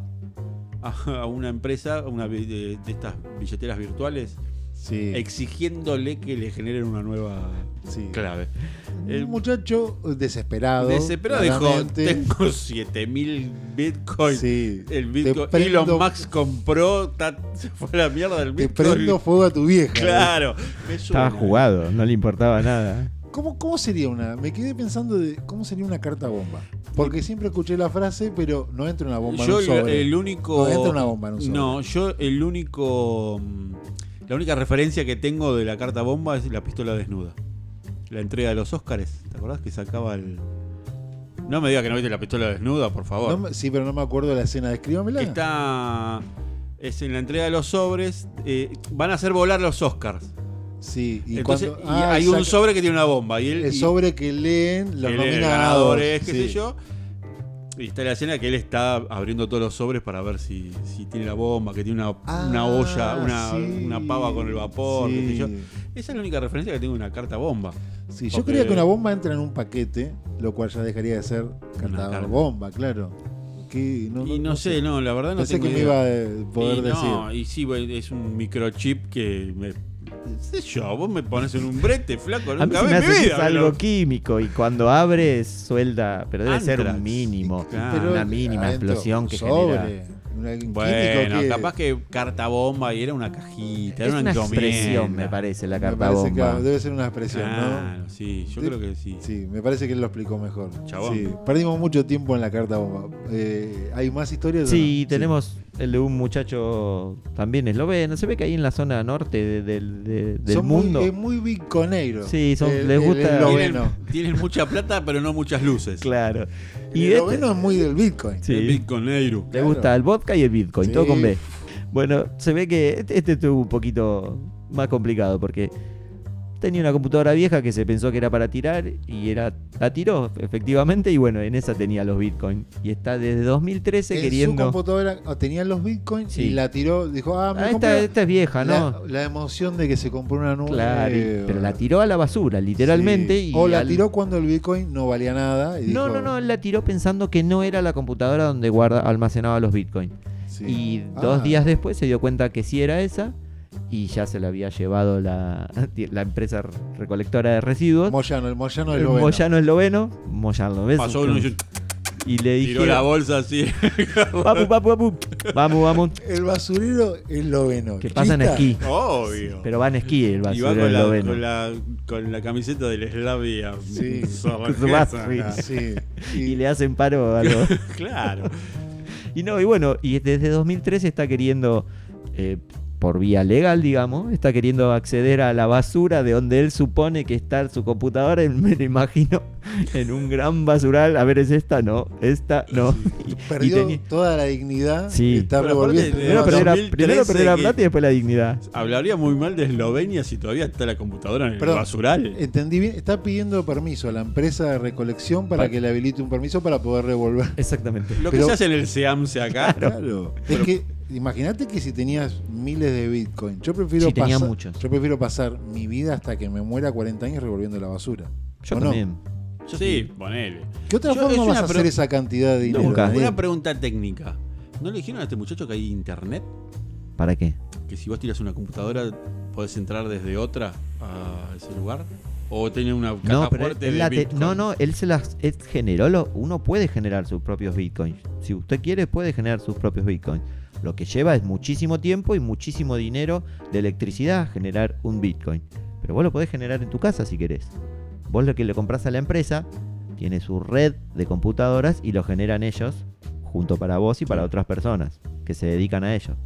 S3: a, a una empresa, a una bi- de, de estas billeteras virtuales,
S1: Sí,
S3: exigiéndole que le generen una nueva
S1: sí.
S3: clave.
S1: Un
S3: El-
S1: muchacho desesperado.
S3: Desesperado dijo,
S1: claramente.
S3: tengo 7000 bitcoins.
S1: Sí,
S3: El
S1: te
S3: bitcoin.
S1: prendo-
S3: Elon Max compró, ta- se fue a la mierda del
S1: Te
S3: bitcoin.
S1: prendo fuego a tu vieja. ¿eh?
S3: Claro. me suena.
S4: Estaba jugado, no le importaba nada.
S1: ¿Cómo, cómo sería una? Me quedé pensando de cómo sería una carta bomba. Porque siempre escuché la frase, pero no entra una bomba
S3: Yo
S1: en un
S3: el,
S1: sobre.
S3: el único...
S1: No, entra una bomba en un sobre.
S3: No, yo el único mm, La única referencia que tengo de la carta bomba es la pistola desnuda. La entrega de los Óscares. ¿Te acordás que sacaba el. No me digas que no viste la pistola desnuda, por favor.
S1: No me- sí, pero no me acuerdo de la escena. Descríbamela.
S3: Que está. Es en la entrega de los sobres. eh, van a hacer volar los Oscars.
S1: Sí, y
S3: Entonces,
S1: cuando-
S3: y
S1: ah,
S3: hay
S1: saca-
S3: un sobre que tiene una bomba. Y él,
S1: El
S3: y-
S1: sobre que leen los
S3: él es
S1: nominados.
S3: el ganador es, qué
S1: sí.
S3: sé yo. Y está la escena que él está abriendo todos los sobres para ver si, si tiene la bomba, que tiene una, una
S1: Ah,
S3: olla, una,
S1: sí.
S3: una pava con el vapor, qué sé yo.
S1: Sí.
S3: Esa es la única referencia que tengo de una carta bomba.
S1: Sí, yo
S3: Porque-
S1: creía que una bomba entra en un paquete, lo cual ya dejaría de ser carta
S3: carta.
S1: bomba, claro. Que-
S3: y no, sé, no, la verdad no
S1: Pensé
S3: tengo
S1: que me
S3: idea.
S1: iba a poder
S3: y
S1: decir.
S3: No, y sí, bueno, es un microchip que me. qué sé yo, vos me pones en un brete, flaco,
S4: A mí
S3: nunca
S4: se me
S3: ves
S4: hace
S3: mi
S4: que
S3: vida.
S4: es algo
S3: bro.
S4: químico y cuando abres suelda, pero debe ser
S3: Antrax.
S4: un mínimo,
S3: Claro.
S4: Ah, una mínima
S1: adentro,
S4: explosión que
S1: sobre,
S4: genera.
S1: una- un químico
S3: Bueno,
S1: que-
S3: capaz que carta bomba y era una cajita,
S4: Es
S3: era
S4: una
S3: una
S4: expresión,
S3: encomienda.
S4: me parece, la
S1: me
S4: carta
S1: parece que
S4: bomba. Ah,
S1: debe ser una expresión, ¿no?
S3: Claro, sí, yo
S1: Sí.
S3: creo que sí.
S1: Sí, me parece que él lo explicó mejor.
S3: Chabón.
S1: Sí, perdimos mucho tiempo en la carta bomba. Eh, ¿Hay más historias? o
S4: Sí,
S1: no?
S4: tenemos el de un muchacho también esloveno. Se ve que ahí en la zona norte de- del- de- del
S1: Son muy-
S4: mundo.
S1: es muy biconero.
S4: Sí, son-
S1: El-
S4: les gusta-
S1: El
S3: Tienen,
S1: esloveno.
S3: tienen mucha plata, pero no muchas luces.
S4: Claro.
S1: El
S4: Y este-
S1: esloveno es muy del Bitcoin.
S4: Sí.
S3: El Bitcoin Neiro.
S4: Le
S1: Claro.
S4: gusta el vodka y el bitcoin,
S1: Sí.
S4: todo con B. Bueno, se ve que este, este estuvo un poquito más complicado porque tenía una computadora vieja que se pensó que era para tirar y era la tiró efectivamente y bueno, en esa tenía los bitcoin y está desde 2013
S1: en su
S4: queriendo
S1: computadora ah, tenía los bitcoins
S4: Sí.
S1: y la tiró, dijo, ah, me
S4: Ah, esta,
S1: compré
S4: esta es vieja, ¿no?
S1: la, la emoción de que se compró una nube.
S4: claro, y- pero la tiró a la basura, literalmente.
S1: Eh, Sí.
S4: Y
S1: O la
S4: al-
S1: tiró cuando el bitcoin no valía nada. y
S4: No,
S1: dijo,
S4: no, no, la tiró pensando que no era la computadora donde guarda, almacenaba los bitcoins.
S1: sí.
S4: Y
S1: Ah,
S4: dos días después se dio cuenta que sí era esa y ya se la había llevado la, la empresa recolectora de residuos.
S1: Moyano, el Moyano del
S4: El
S1: noveno.
S4: Moyano esloveno. Moyano, ¿ves?
S3: Pasó uno y yo-
S4: Y le
S3: tiró la
S4: dijeron,
S3: bolsa así.
S4: papu, papu, papu, vamos, vamos.
S1: El basurero el noveno.
S4: Que pasan
S1: ¿Chista?
S4: esquí.
S3: Obvio.
S4: Pero van esquí el
S3: y va
S4: basurero
S3: con la,
S4: esloveno.
S3: con, la, con la camiseta del Slavia.
S1: Sí.
S4: Slavia.
S1: Ah, Sí.
S4: Y le hacen paro a los...
S3: claro.
S4: Y no, y bueno, y desde 2013 está queriendo, eh, por vía legal, digamos, está queriendo acceder a la basura de donde él supone que está su computadora. y Me lo imagino en un gran basural. A ver, es esta, no, esta, no. Y- y
S1: Perdió
S4: tenía-
S1: toda la dignidad.
S4: Sí.
S1: y Está
S3: Pero aparte
S1: revolviendo.
S3: de-
S4: Primero perder, la,
S3: 2013
S4: primero perder la
S3: que-
S4: plata y después la dignidad.
S3: Hablaría muy mal de Eslovenia si todavía está la computadora en el
S1: Perdón.
S3: basural.
S4: Eh,
S1: Entendí bien, está pidiendo permiso a la empresa de recolección para
S4: Pa-
S1: que le habilite un permiso para poder revolver.
S4: Exactamente.
S3: Lo que
S1: pero-
S3: se hace en el Seamse acá.
S1: Claro. Es que imagínate que si tenías miles de Bitcoin, yo prefiero
S4: Sí, tenía
S1: pasar,
S4: muchos.
S1: yo prefiero pasar mi vida hasta que me muera a 40 años revolviendo la basura.
S4: Yo
S1: ¿O no?
S4: también.
S3: Sí, ponele.
S1: ¿Qué otra
S3: Yo- es
S1: forma vas
S3: una
S1: a hacer
S3: pro-
S1: esa cantidad de dinero?
S4: Nunca.
S1: Daniel?
S3: Una pregunta técnica. ¿No le dijeron a este muchacho que hay internet?
S4: ¿Para qué?
S3: Que si vos tiras una computadora, podés entrar desde otra a ese lugar. O tiene una caja
S4: No, pero él-
S3: fuerte
S4: él
S3: de
S4: la te-
S3: Bitcoin?
S4: no, no, él se las él generó. lo- uno puede generar sus propios bitcoins. Si usted quiere, puede generar sus propios bitcoins. Lo que lleva es muchísimo tiempo y muchísimo dinero de electricidad generar un bitcoin. Pero vos lo podés generar en tu casa si querés. Vos lo que le compras a la empresa tiene su red de computadoras y lo generan ellos junto para vos y para otras personas que se dedican a ello.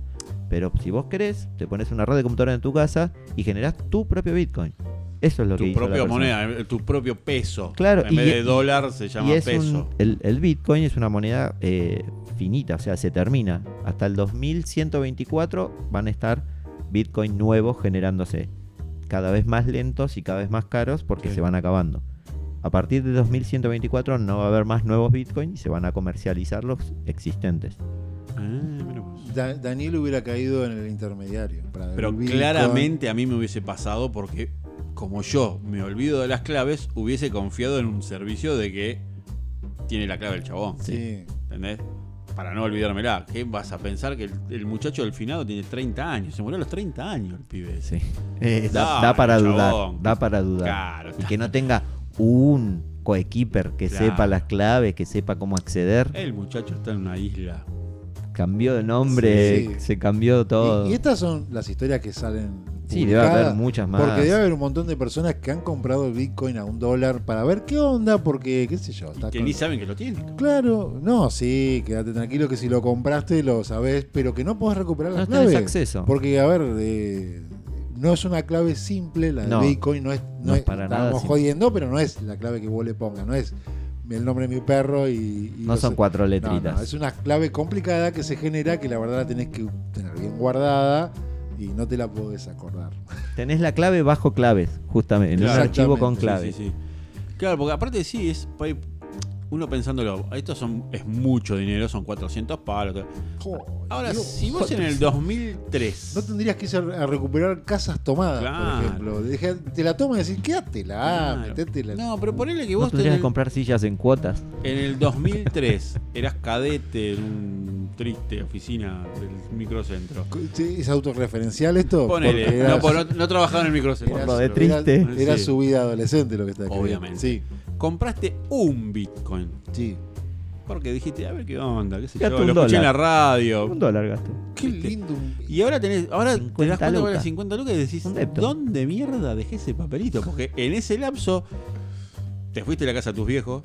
S4: Pero si vos querés, te pones una red de computadoras en tu casa y generás tu propio bitcoin. Eso es lo
S3: Tu
S4: que hizo la
S3: propia
S4: persona.
S3: moneda, eh, tu propio peso.
S4: Claro,
S3: En vez
S4: y-
S3: de dólar se llama
S4: Y es
S3: peso.
S4: un- el, el Bitcoin es una moneda eh, finita, o sea, se termina. Hasta el 2124 van a estar Bitcoin nuevos generándose. Cada vez más lentos y cada vez más caros porque
S3: Sí.
S4: se van acabando. A partir de 2124 no va a haber más nuevos Bitcoin y se van a comercializar los existentes.
S3: Ah, mira vos.
S1: Da- Daniel hubiera caído en el intermediario. para
S3: Pero
S1: el Bitcoin.
S3: claramente a mí me hubiese pasado porque, como yo me olvido de las claves, hubiese confiado en un servicio de que tiene la clave el chabón.
S1: Sí.
S3: ¿Entendés? Para no olvidármela. ¿Qué vas a pensar que el, el muchacho del finado tiene 30 años? Se murió a los 30 años el pibe. ese.
S4: Eh, da,
S3: Dale,
S4: da para dudar.
S3: chabón.
S4: Da para dudar.
S3: Claro,
S4: Y
S3: está.
S4: que no tenga un coequiper que
S3: Claro.
S4: sepa las claves, que sepa cómo acceder.
S3: El muchacho está en una isla.
S4: Cambió de nombre,
S1: Sí, sí.
S4: se cambió todo.
S1: Y, este y estas son las historias que salen.
S4: Sí, debe
S1: publicadas,
S4: haber muchas más.
S1: Porque debe haber un montón de personas que han comprado el Bitcoin a un dólar para ver qué onda, porque, qué sé yo,
S3: Y
S1: está
S3: que
S1: con-
S3: ni saben que lo tiene. cabrón.
S1: Claro, no, sí, quédate tranquilo que si lo compraste lo sabés, pero que no podés recuperar
S4: No
S1: las
S4: tenés
S1: claves.
S4: acceso.
S1: Porque, a ver, eh, No es una clave simple, la de
S4: No.
S1: Bitcoin no es,
S4: No es para nada
S1: Estamos
S4: simple.
S1: jodiendo, pero no es la clave que vos le pongas, no es el nombre de mi perro y. y
S4: No
S1: los-
S4: son
S1: No,
S4: cuatro
S1: no,
S4: letritas.
S1: es una clave complicada que se genera que la verdad la tenés que tener bien guardada y no te la podés acordar.
S4: Tenés la clave bajo claves, justamente, en un
S3: Claro.
S4: archivo con
S1: Exactamente,
S4: claves.
S3: Sí, sí, sí. Claro, porque aparte sí, es pa- uno pensándolo, esto son, es mucho dinero, son 400 palos. todo. Ahora,
S1: Dios,
S3: si vos en el 2003...
S1: No tendrías que ir a recuperar casas tomadas,
S3: Claro.
S1: por ejemplo. Dejá- te la toman y decís, quédatela,
S3: Claro.
S1: metétela.
S3: No, pero ponele que
S4: No
S3: vos en
S4: tendrías
S3: el-
S4: que comprar sillas en cuotas.
S3: en el 2003 eras cadete en un triste oficina del microcentro.
S1: ¿Es autorreferencial esto?
S3: Ponele,
S1: Porque
S3: no,
S1: era-
S3: pues, no- no trabajaba en el microcentro.
S1: era-
S4: Por lo de
S1: era-
S4: triste.
S1: Era,
S3: Sí.
S1: su vida adolescente lo que está escribiendo.
S3: Obviamente.
S1: Sí,
S3: Compraste un Bitcoin.
S1: sí.
S3: Porque dijiste, a ver qué onda, qué sé yo,
S4: Gato,
S3: lo
S4: un
S3: escuché en la
S4: dólar.
S3: radio.
S4: Un dólar gasto.
S1: Qué lindo. un-
S3: Y ahora tenés, ahora te
S4: 50
S3: das cuenta con
S4: lucas.
S3: 50 lucas y decís,
S4: Un depto.
S3: ¿dónde mierda dejé ese papelito? Porque en ese lapso te fuiste a la casa de tus viejos,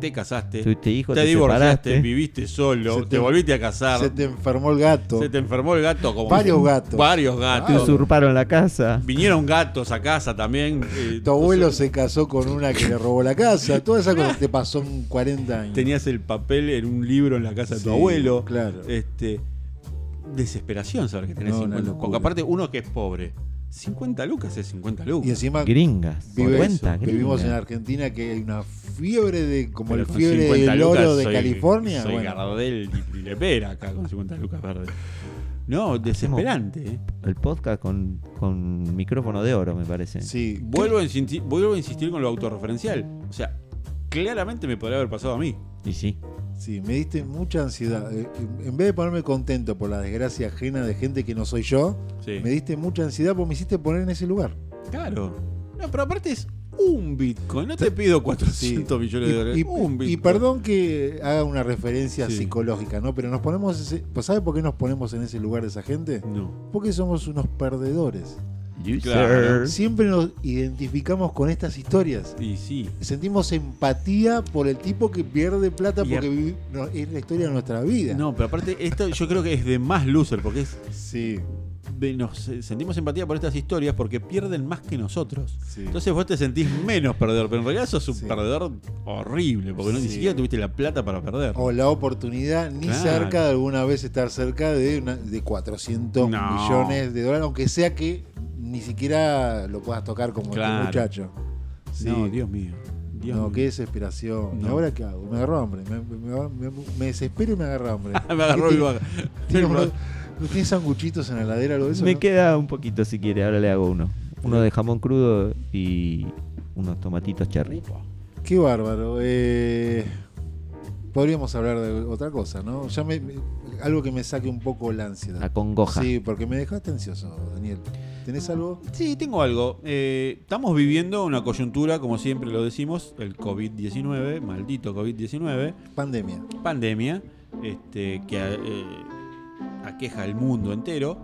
S3: te casaste,
S4: Tuviste hijos,
S3: te,
S4: te,
S3: divorciaste,
S4: separaste.
S3: viviste solo,
S1: Se
S3: te,
S1: te-
S3: volviste a casar,
S1: Se te enfermó el gato.
S3: se te enfermó el gato como
S1: Varios gatos. Ah.
S3: varios
S4: Te
S3: gatos.
S1: Claro.
S4: usurparon la casa.
S3: Vinieron gatos a casa también. eh,
S1: Tu abuelo
S3: entonces,
S1: se casó con una que le robó la casa. Toda esa cosa te pasó en 40 años.
S3: tenías el papel en un libro en la casa de tu
S1: Sí,
S3: abuelo.
S1: Claro.
S3: Este, desesperación saber que tenés
S1: No, una
S3: 50 lucas. Porque
S1: locura.
S3: aparte uno que es pobre, 50 lucas es 50 lucas.
S1: Y encima
S4: Gringas.
S1: vive-
S4: cuenta,
S1: vivimos en
S4: gringas.
S1: Argentina que hay una fiebre de como
S3: Pero
S1: el
S3: con
S1: fiebre
S3: 50
S1: del
S3: lucas
S1: oro de
S3: soy-
S1: California.
S3: Soy
S1: bueno.
S3: Gardel y Lepera acá con 50 lucas verdes. No, desesperante. ¿eh?
S4: El podcast con, con micrófono de oro, me parece.
S1: Sí.
S3: Vuelvo a, insistir, vuelvo a insistir con lo autorreferencial. O sea, claramente me podría haber pasado a mí.
S4: Y sí.
S1: Sí, me diste mucha ansiedad. Eh, En vez de ponerme contento por la desgracia ajena de gente que no soy yo,
S3: Sí.
S1: me diste mucha ansiedad porque me hiciste poner en ese lugar.
S3: Claro. No, pero aparte es un Bitcoin. No te pido 400 millones de dólares.
S1: Y,
S3: un
S1: y
S3: Bitcoin.
S1: perdón que haga una referencia
S3: Sí.
S1: psicológica, ¿no? Pero nos ponemos ese, pues, ¿sabe por qué nos ponemos en ese lugar de esa gente?
S3: No.
S1: Porque somos unos perdedores.
S3: Claro.
S1: Siempre nos identificamos con estas historias.
S3: Y sí.
S1: Sentimos empatía por el tipo que pierde plata
S3: Y
S1: porque
S3: a-
S1: vivi- no, es la historia de nuestra vida.
S3: No, pero aparte, esto yo creo que es de más loser, porque es.
S1: Sí,
S3: de- nos eh, sentimos empatía por estas historias porque pierden más que nosotros.
S1: sí.
S3: Entonces vos te sentís menos perdedor, pero en realidad sos un
S1: Sí.
S3: perdedor horrible, porque no, ni
S1: Sí. Oh,
S3: siquiera tuviste la plata para perder.
S1: o la oportunidad ni
S3: Claro.
S1: cerca de alguna vez estar cerca de, una- de 400
S3: No.
S1: millones de dólares, aunque sea que ni siquiera lo puedas tocar como
S3: Claro.
S1: este muchacho. Sí.
S3: No, Dios mío. Dios
S1: No,
S3: mío.
S1: qué desesperación.
S3: No.
S1: ¿Y ahora qué hago? Me agarró hambre. Me, me- me- me desespero y me agarra hambre.
S3: Me agarró
S1: ¿Qué
S3: el
S1: te-
S3: vaga.
S1: tiene un- ¿No tienes sanguchitos en la heladera algo de eso?
S4: Me
S1: no?
S4: queda un poquito si quiere, ahora le hago uno. Uno de jamón crudo y unos tomatitos cherry.
S1: Qué bárbaro. eh, podríamos hablar de otra cosa, ¿no? Ya me- me- algo que me saque un poco la ansiedad.
S4: La congoja.
S1: Sí, porque me dejaste ansioso, Daniel. ¿Tenés algo?
S3: Sí, tengo algo. Eh, estamos viviendo una coyuntura, como siempre lo decimos, el COVID-19, maldito COVID-19,
S1: Pandemia.
S3: pandemia, este, que eh, aqueja al mundo entero.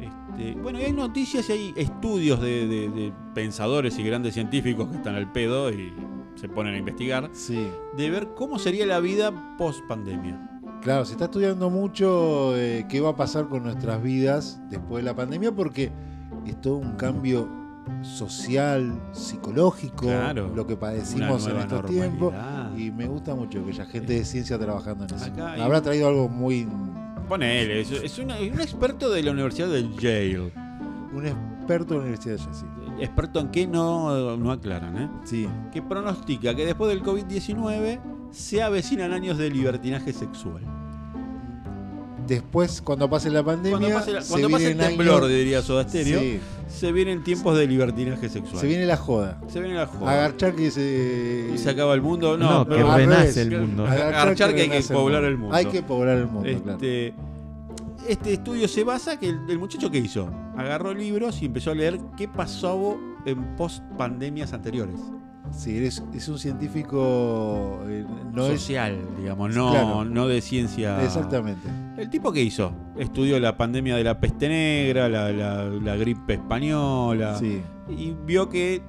S3: Este, bueno, y hay noticias y hay estudios de, de- de pensadores y grandes científicos que están al pedo y se ponen a investigar
S1: Sí.
S3: de ver cómo sería la vida post pandemia.
S1: Claro, se está estudiando mucho eh, qué va a pasar con nuestras vidas después de la pandemia porque es todo un cambio social, psicológico,
S3: Claro.
S1: lo que padecimos en estos tiempos. Y me gusta mucho que haya gente de ciencia trabajando en eso.
S3: Acá hay
S1: Habrá
S3: un-
S1: traído algo muy...
S3: Ponele, es, es una- es un experto de la Universidad de Yale.
S1: Un experto de la Universidad de Jesse.
S3: Experto en qué no, no aclaran, ¿eh?
S1: Sí.
S3: Que pronostica que después del COVID-19 se avecinan años de libertinaje sexual.
S1: Después, cuando pase la pandemia,
S3: Cuando pase, la-
S1: se
S3: cuando pase el
S1: vienen
S3: temblor,
S1: años-
S3: diría Soda Stereo,
S1: Sí,
S3: se vienen tiempos de libertinaje sexual.
S1: se viene la joda.
S3: Se viene la joda.
S1: Agarchar que se...
S3: Y se acaba el mundo. No,
S4: no,
S3: pero-
S4: que
S1: al revés.
S4: renace el mundo.
S3: Agarchar que hay que
S1: renace
S3: poblar el mundo.
S1: Hay que poblar el mundo, claro.
S3: Este, este estudio se basa que el, el muchacho que hizo agarró libros y empezó a leer qué pasó en post pandemias anteriores.
S1: Sí, es, es un científico. eh, no es.
S3: Social, digamos, no,
S1: Claro.
S3: no de ciencia.
S1: Exactamente.
S3: El tipo que hizo estudió la pandemia de la peste negra, la, la- la gripe española
S1: Sí.
S3: y vio que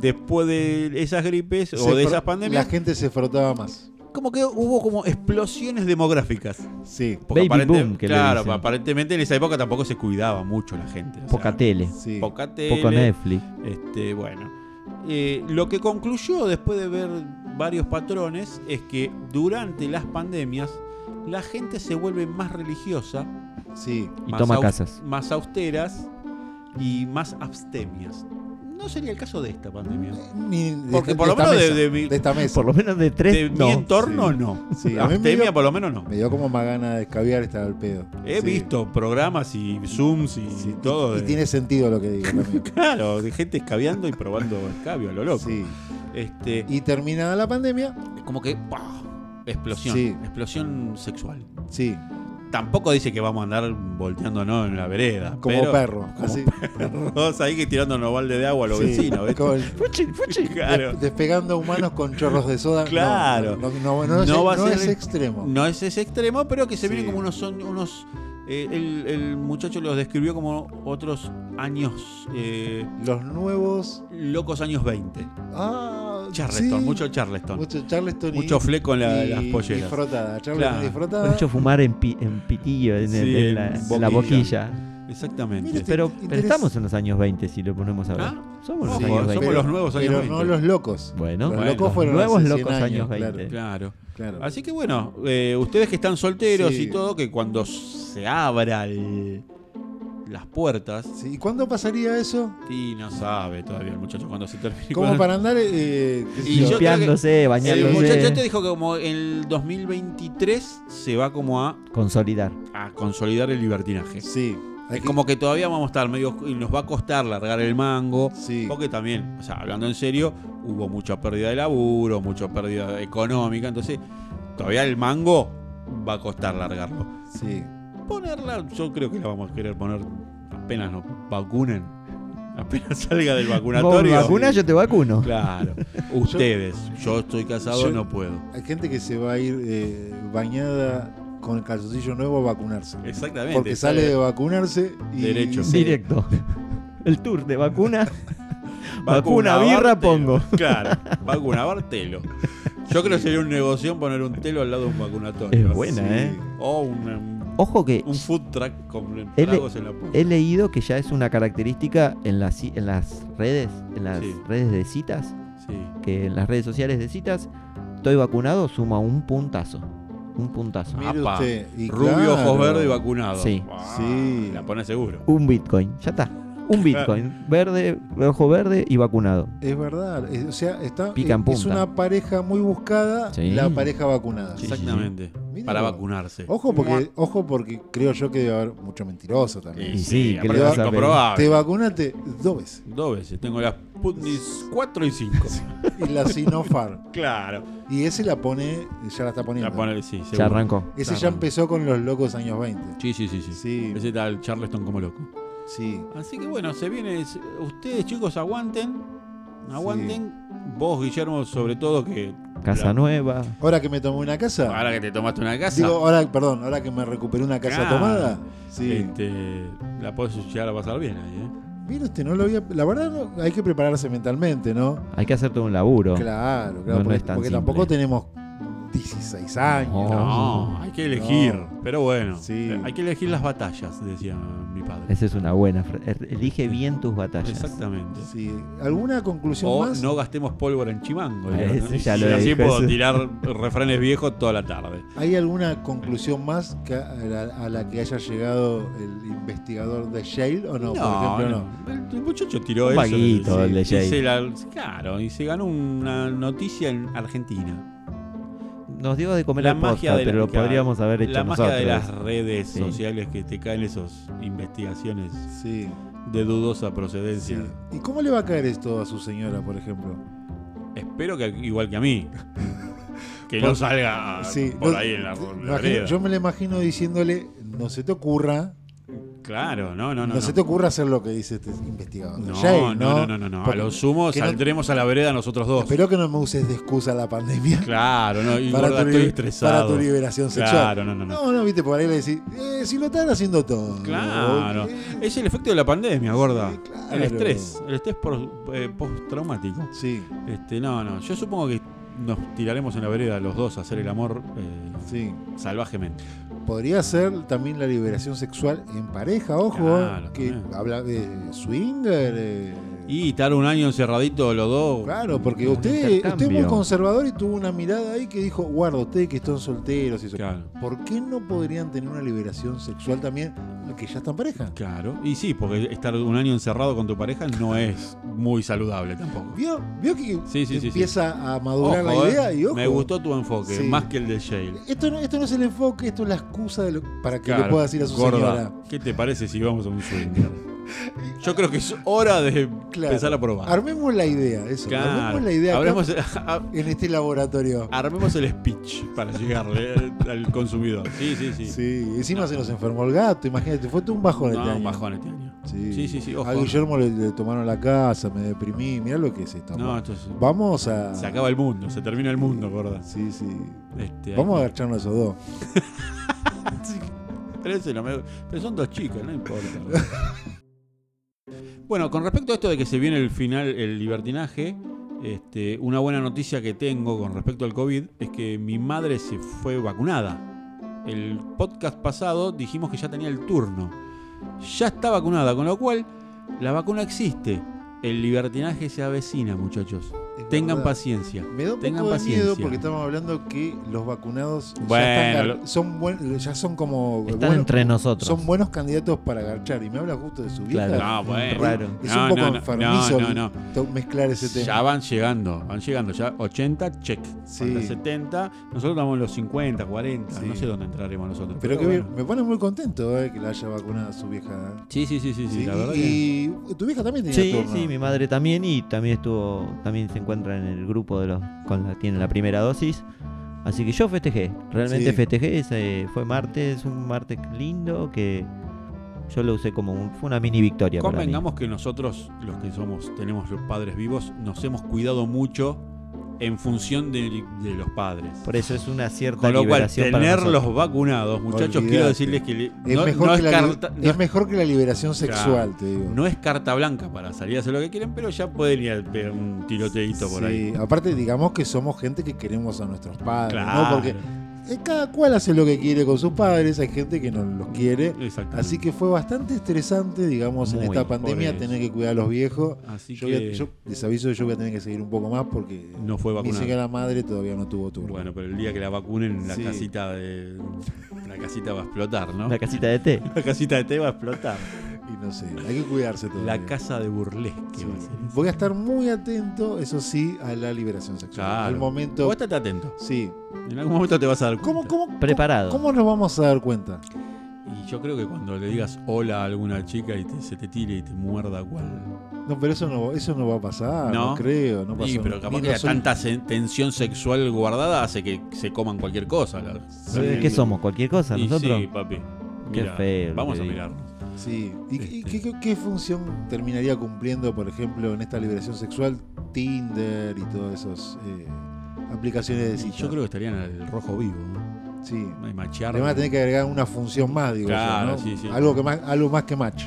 S3: después de esas gripes
S1: Se
S3: o de
S1: fro-
S3: esas
S1: La
S3: pandemias
S1: gente se frotaba más.
S3: como que hubo como explosiones demográficas.
S1: Sí,
S4: Baby boom, que le
S3: claro,
S4: dicen.
S3: aparentemente en esa época tampoco se cuidaba mucho la gente. o
S4: Poca
S3: sea,
S4: tele,
S1: sí.
S3: Poca tele.
S4: poco Netflix.
S3: Este, bueno. Eh, lo que concluyó después de ver varios patrones es que durante las pandemias la gente se vuelve más religiosa,
S1: Sí,
S4: Y
S3: más
S4: toma
S3: aus-
S4: casas.
S3: más austeras y más abstemias. No sería el caso de esta pandemia.
S1: Ni de
S3: Porque
S1: esta-
S3: por
S1: de
S3: lo
S1: esta
S3: menos de-
S1: mesa,
S3: de mi-
S1: esta mesa.
S4: Por lo menos de tres.
S3: De
S4: no.
S3: mi entorno
S1: Sí.
S3: no.
S1: Sí, a mí me
S3: abstemia
S1: dio,
S3: por lo menos no.
S1: me dio como más ganas de escabiar estar al pedo.
S3: He
S1: Sí,
S3: visto programas y zooms y,
S1: sí, y-
S3: todo.
S1: Y,
S3: de-
S1: tiene sentido lo que digo también.
S3: Claro, de gente escabeando y probando escabio a lo loco.
S1: Sí.
S3: Este,
S1: Y terminada la pandemia,
S3: como que ¡pah! explosión,
S1: Sí.
S3: explosión sexual.
S1: sí,
S3: Tampoco dice que vamos a andar volteándonos en la vereda.
S1: como
S3: pero-
S1: perro. así.
S3: Todos ahí que tirándonos balde de agua a los
S1: Sí,
S3: vecinos. ¿viste?
S1: como el-
S4: Fuchi, fuchi.
S3: Claro.
S1: Despegando a humanos con chorros de soda. no,
S3: Claro.
S1: No, no- no es,
S3: No va a
S1: no
S3: ser-
S1: es extremo.
S3: No es ese extremo, pero que se
S1: Sí.
S3: vienen como unos. son- unos eh, el, el muchacho los describió como otros años. eh,
S1: Los nuevos.
S3: locos años 20.
S1: Ah,
S3: Charleston,
S1: sí,
S3: mucho Charleston. Mucho,
S1: mucho Charleston. y-
S3: fleco en la-
S1: y-
S3: las
S1: Y
S3: polleras.
S1: frotada. Charleston
S3: Claro.
S1: y frotada.
S4: Mucho fumar en, pi- en pitillo, en,
S3: Sí,
S4: en
S3: en
S4: la, en
S3: boquilla.
S4: la boquilla.
S3: Exactamente.
S1: Mire, te-
S4: Pero,
S1: Interes-
S4: pero estamos en los años 20 si lo ponemos a ver.
S3: Ah, ojo,
S4: Somos los
S1: somos
S4: años 20.
S3: los nuevos años
S1: Pero
S3: 20.
S1: no los locos.
S4: Bueno,
S1: los
S3: Bueno,
S1: locos fueron
S4: nuevos
S1: hace
S4: locos
S1: 100
S4: años 20.
S3: Claro.
S1: Claro, claro.
S3: Así que bueno, eh, ustedes que están solteros
S1: Sí.
S3: y todo, que cuando se abra el- las puertas,
S1: Sí, ¿Y cuándo pasaría eso?
S3: y no sabe todavía el muchacho cuando se termine.
S1: Como
S3: cuando-
S1: para andar. eh, qué sé
S3: Y yo creo que-
S4: Limpiándose,
S3: el
S4: bañándose,
S3: muchacho te dijo que como el 2023 se va como a,
S4: consolidar.
S3: a consolidar el libertinaje.
S1: Sí. hay
S3: Es
S1: que-
S3: como que todavía vamos a estar medio y nos va a costar largar el mango.
S1: Sí.
S3: Porque también, o sea, hablando en serio, hubo mucha pérdida de laburo, mucha pérdida económica, entonces todavía el mango va a costar largarlo.
S1: Sí.
S3: Ponerla, yo creo que la vamos a querer poner apenas nos vacunen, apenas salga del
S4: Vos me
S3: vacunatorio.
S4: vacunas, yo te vacuno.
S3: Claro, ustedes, yo estoy casado,
S1: Yo-
S3: no puedo.
S1: Hay gente que se va a ir eh, bañada con el calzoncillo nuevo a vacunarse.
S3: Exactamente.
S1: Porque sale de vacunarse y.
S3: Derecho.
S1: se-
S4: Directo. El tour de vacuna. Vacuna, birra,
S3: Bartelo.
S4: pongo.
S3: Claro, vacuna, bartelo. Yo creo que sería un negocio poner un telo al lado de un vacunatorio.
S4: Es buena,
S1: Sí.
S4: ¿eh?
S3: O un, em,
S4: Ojo que
S3: un food truck con
S4: Él-
S3: tragos en la punta.
S4: he leído que ya es una característica en las, ci- en las redes, en las
S3: Sí.
S4: redes de citas,
S3: Sí.
S4: que en las redes sociales de citas, estoy vacunado, suma un puntazo. Un puntazo.
S1: Mire
S3: Apa,
S1: usted. y
S3: Rubio, ojos
S1: claro,
S3: verdes y vacunado.
S4: Sí.
S3: Ah,
S1: Sí.
S3: La pone seguro.
S4: Un Bitcoin, ya está. Un Bitcoin, verde, ojo verde y vacunado.
S1: Es verdad. es- o sea, está,
S4: Pica en
S1: es
S4: punta.
S1: una pareja muy buscada,
S4: Sí.
S1: la pareja vacunada.
S4: Sí.
S3: Exactamente.
S1: Mira
S3: Para
S1: vos.
S3: vacunarse.
S1: Ojo porque, ojo porque creo yo que debe haber mucho mentiroso también.
S4: Y sí, ¿qué
S3: aparte
S1: le vas
S3: es
S1: a
S4: pedir?
S3: comprobable.
S1: Te vacunaste dos veces.
S3: Dos veces. Tengo las Putnis 4 y 5.
S1: Y la Sinopharm.
S3: Claro.
S1: Y ese la pone, ya la está poniendo.
S3: La pone, sí, seguro.
S4: Ya arrancó.
S1: Ese ya
S3: Claro.
S1: empezó con los locos años 20.
S3: Sí, sí, sí, sí.
S1: Sí,
S3: Ese está el Charleston como loco.
S1: sí.
S3: Así que bueno, se viene. se- Ustedes, chicos, aguanten. Aguanten. Vos, Guillermo, sobre todo que.
S4: Casa nueva.
S1: Ahora que me tomé una casa.
S3: Ahora que te tomaste una casa.
S1: digo, ahora, perdón, ahora que me recuperé una casa
S3: Claro.
S1: tomada. Sí.
S3: este, la podés llegar a pasar bien ahí, ¿eh?
S1: Mira usted, este, no lo había. La verdad, no- hay que prepararse mentalmente, ¿no?
S4: Hay que hacer todo un laburo.
S1: Claro, claro.
S4: No, no
S1: porque
S4: es tan
S1: porque
S4: simple.
S1: tampoco tenemos 16 años.
S4: No.
S3: No, hay que elegir. Pero bueno,
S1: Sí.
S3: hay que elegir las batallas, decía mi padre.
S4: Esa es una buena. fra- er- Elige bien tus batallas.
S3: Exactamente.
S1: Sí. ¿Alguna conclusión
S3: O
S1: más?
S3: no gastemos pólvora en chimango.
S4: Ah,
S3: digo, ¿no?
S4: ese ya
S3: Y
S4: lo
S3: así
S4: dijo,
S3: puedo
S4: ese.
S3: tirar refranes viejos toda la tarde.
S1: ¿Hay alguna conclusión más que a, la, a la que haya llegado el investigador de Shale o no? por ejemplo, no.
S3: no. El muchacho tiró
S4: Un
S3: eso.
S4: vaguito,
S3: sí.
S4: el de
S3: Y
S4: Jay.
S3: se la- claro, y se ganó una noticia en Argentina.
S4: Nos dio de comer
S3: La
S4: al podcast,
S3: magia de la-
S4: pero lo
S3: claro,
S4: podríamos haber hecho
S3: La magia
S4: nosotros.
S3: de las redes
S4: Sí.
S3: sociales que te caen esas investigaciones
S1: Sí,
S3: de dudosa
S1: sí.
S3: procedencia.
S1: ¿Y cómo le va a caer esto a su señora, por ejemplo?
S3: Espero que igual que a mí. Que no
S1: Por-
S3: salga
S1: Sí,
S3: por
S1: no-
S3: ahí en la,
S1: te-
S3: en la
S1: imagino-
S3: vereda.
S1: Yo me la imagino diciéndole, no se te ocurra,
S3: Claro, no, no,
S1: no,
S3: no.
S1: se
S3: no.
S1: te ocurra hacer lo que dice este investigador. de
S3: No,
S1: Yale,
S3: no, no, no, no, no. A
S1: Porque-
S3: lo sumo
S1: que no-
S3: saldremos a la vereda nosotros dos.
S1: Espero que no me uses de excusa la pandemia
S3: Claro, no, y
S1: para,
S3: gorda,
S1: tu, libe-
S3: estoy
S1: para
S3: estresado.
S1: tu liberación sexual.
S3: Claro, no, no, no.
S1: No, no, viste, por ahí le decís, eh, si lo están haciendo todo.
S3: Claro.
S1: eh,
S3: Es el efecto de la pandemia, gorda.
S1: Sí, claro.
S3: El estrés, el estrés por- eh, postraumático.
S1: Sí,
S3: Este, no, no, yo supongo que nos tiraremos en la vereda los dos a hacer el amor eh,
S1: Sí.
S3: salvajemente.
S1: Podría ser también la liberación sexual en pareja, ojo, ¿eh?
S3: Claro,
S1: que
S3: también.
S1: habla de swinger. eh,
S3: Y estar un año encerradito los dos.
S1: Claro, porque
S4: Un
S1: usted, usted es muy
S4: intercambio.
S1: conservador y tuvo una mirada ahí que dijo, guarda, ustedes que están solteros y eso.
S3: Claro.
S1: ¿Por qué no podrían tener una liberación sexual también que ya están pareja?
S3: Claro. Y sí, porque estar un año encerrado con tu pareja no es muy saludable tampoco.
S1: ¿Vio, vio que
S3: Sí, sí, sí, sí.
S1: empieza a madurar
S3: Ojo,
S1: la idea?
S3: eh,
S1: Y, ojo,
S3: Me gustó tu enfoque,
S1: Sí.
S3: más que el de Shale.
S1: Esto no, esto no es el enfoque, esto es la excusa de lo- para que le
S3: Claro,
S1: pueda decir a su
S3: gorda,
S1: señora.
S3: ¿Qué te parece si vamos a un swinger? Yo creo que es hora de
S1: Claro.
S3: empezar a probar.
S1: Armemos la idea, eso.
S3: Claro.
S1: Armemos la idea acá
S3: Hablemos- Ah, a-
S1: en este laboratorio.
S3: armemos el speech para llegarle al- al consumidor. Sí, sí, sí.
S1: Sí, encima
S3: No.
S1: se nos enfermó el gato, imagínate, fue todo un bajón
S3: no,
S1: este año.
S3: un bajón este año.
S1: Sí,
S3: Sí, sí, sí, ojo.
S1: A Guillermo le, le tomaron la casa, me deprimí, mirá lo que es esta.
S3: No,
S1: ma-
S3: esto es-
S1: Vamos a.
S3: se acaba el mundo, se termina el mundo, gorda.
S1: Sí, sí.
S3: Este,
S1: Vamos a agacharnos esos dos.
S3: Pero, eso no me- pero son dos chicas, no importa. bueno, con respecto a esto de que se viene el final, el libertinaje, este, una buena noticia que tengo con respecto al COVID es que mi madre se fue vacunada. El podcast pasado dijimos que ya tenía el turno. Ya está vacunada, con lo cual la vacuna existe. El libertinaje se avecina, muchachos.
S1: Es
S3: Tengan
S1: verdad.
S3: paciencia.
S1: Me da un
S3: tengan
S1: poco de miedo
S3: paciencia.
S1: porque estamos hablando que los vacunados ya,
S3: Bueno,
S1: están gar- son buen- ya son como.
S4: Están
S1: buenos-
S4: entre nosotros.
S1: son buenos candidatos para agarchar. Y me habla justo de su vieja.
S4: Claro.
S3: No, bueno.
S4: Raro.
S1: Es
S3: No,
S1: un poco
S3: no, no,
S1: enfermizo
S3: no, no,
S1: to- mezclar ese tema.
S3: Ya van llegando, van llegando, ya 80, check.
S1: Sí.
S3: Falta 70, nosotros estamos en los 50, 40,
S1: Sí.
S3: no sé dónde entraremos nosotros.
S1: Pero que me-
S3: bueno.
S1: me pone muy contento eh, que la haya vacunado a su vieja.
S3: Sí, sí, sí, sí, sí,
S1: Sí,
S3: la verdad. que-
S1: y, y tu vieja también tenía
S4: Sí,
S1: turno.
S4: sí, mi madre también y también estuvo, también se encuentra en el grupo de los con la tienen la primera dosis. Así que yo festejé, realmente
S1: Sí.
S4: festejé, ese fue martes, un martes lindo que yo lo usé como un, fue una mini victoria para mí.
S3: Convengamos que nosotros, los que somos, tenemos los padres vivos, nos hemos cuidado mucho en función de, de los padres.
S4: Por eso es una cierta
S3: Con lo cual,
S4: liberación para nosotros.
S3: tenerlos vacunados, muchachos,
S1: Olvidate.
S3: quiero decirles que le-
S1: Es,
S3: no,
S1: mejor
S3: no
S1: que
S3: es
S1: la, li-
S3: carta- no
S1: es
S3: es-
S1: mejor que la liberación sexual, te digo.
S3: no es carta blanca para salir a hacer lo que quieren, pero ya pueden ir a pegar un tiroteíto por
S1: Sí,
S3: ahí.
S1: Aparte, digamos que somos gente que queremos a nuestros padres,
S3: Claro.
S1: ¿no? Porque eh, cada cual hace lo que quiere con sus padres, hay gente que no los quiere.
S3: Exactamente.
S1: Así que fue bastante estresante, digamos, en
S4: Muy,
S1: esta
S3: por
S1: pandemia
S3: eso.
S1: tener que cuidar a los viejos.
S3: Así
S1: Yo,
S3: que
S1: voy a- yo les aviso que yo voy a tener que seguir un poco más porque
S3: no fue
S1: mi
S3: vacunado.
S1: señora madre todavía no tuvo turno.
S3: Bueno, pero el día que la vacunen, la
S1: Sí.
S3: casita de. La casita va a explotar, ¿no?
S4: La casita de té.
S3: La casita de té va a explotar.
S1: Y no sé, hay que cuidarse todavía.
S3: La casa de burlesque
S1: Sí.
S3: va a ser. eso.
S1: Voy a estar muy atento, eso sí, a la liberación sexual.
S3: Claro.
S1: Al momento.
S3: Vos estate atento.
S1: Sí.
S3: En algún momento te vas a dar cuenta.
S1: ¿Cómo, cómo,
S4: Preparado.
S1: ¿Cómo nos vamos a dar cuenta?
S3: Y yo creo que cuando le digas hola a alguna chica y te- se te tire y te muerda cual.
S1: No, pero eso no, eso no va a pasar, no,
S3: No.
S1: creo, no pasó.
S3: Sí, pero capaz
S1: Ni
S3: que la
S1: nosotros-
S3: tanta se- tensión sexual guardada hace que se coman cualquier cosa. la-
S1: Sí.
S4: ¿Qué somos? ¿Cualquier cosa
S3: Y
S4: nosotros?
S3: sí, papi.
S4: Qué
S3: Mirá,
S4: feo lo
S3: Vamos
S4: que
S3: a
S4: digo.
S3: mirarnos.
S1: Sí. ¿Y qué-
S3: Este.
S1: qué, qué- qué función terminaría cumpliendo, por ejemplo, en esta liberación sexual, Tinder y todas esas eh, aplicaciones de
S3: Y
S1: citas?
S3: yo creo que estarían al rojo vivo. ¿no?
S1: Sí.
S3: Y machear.
S1: Le van a tener que agregar una función más, digo yo,
S3: Claro,
S1: ¿no?
S3: sí, sí.
S1: Algo, que más, algo más que match.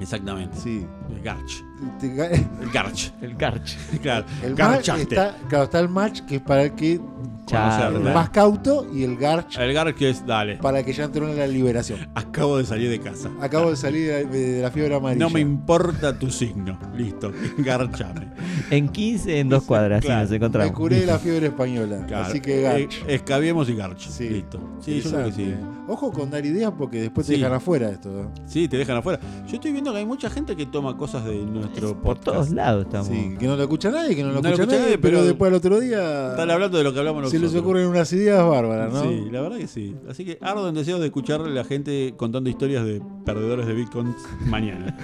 S3: Exactamente.
S1: Sí.
S3: El garch.
S1: Te- ga-
S3: El garch.
S4: El garch.
S3: Claro.
S1: El match
S3: Garchaste.
S1: está, claro, está el match que es para el que
S4: Chao.
S1: el
S3: ¿verdad?
S1: más cauto y el garch
S3: El garch es, dale,
S1: para el que ya entró en la liberación.
S3: acabo de salir de casa.
S1: Acabo de salir de, de la fiebre amarilla.
S3: No me importa tu signo. Listo, garchame.
S4: En 15 en dos cuadras sí,
S3: Claro.
S4: nos
S1: Me
S4: encontramos.
S1: curé de la fiebre española.
S3: Claro.
S1: Así que garch.
S3: Eh, escabiemos y garch.
S1: Sí.
S3: Listo. Sí, yo creo que sí.
S1: Interesante, ¿eh? Ojo con dar ideas porque después te
S3: Sí.
S1: dejan afuera esto. ¿eh?
S3: Sí, te dejan afuera. Yo estoy viendo que hay mucha gente que toma cosas de nuestro
S4: Es por
S3: podcast.
S4: todos lados estamos.
S1: Sí, que no lo escucha nadie, que no lo
S3: No lo
S1: escucha
S3: escucha
S1: nadie,
S3: nadie,
S1: pero
S3: pero-
S1: después al otro día
S3: Están hablando de lo que hablamos
S1: se
S3: nosotros.
S1: les ocurren unas ideas bárbaras, ¿no?
S3: Sí, la verdad que sí. Así que ardo en deseo de escuchar a la gente contando historias de perdedores de Bitcoin mañana.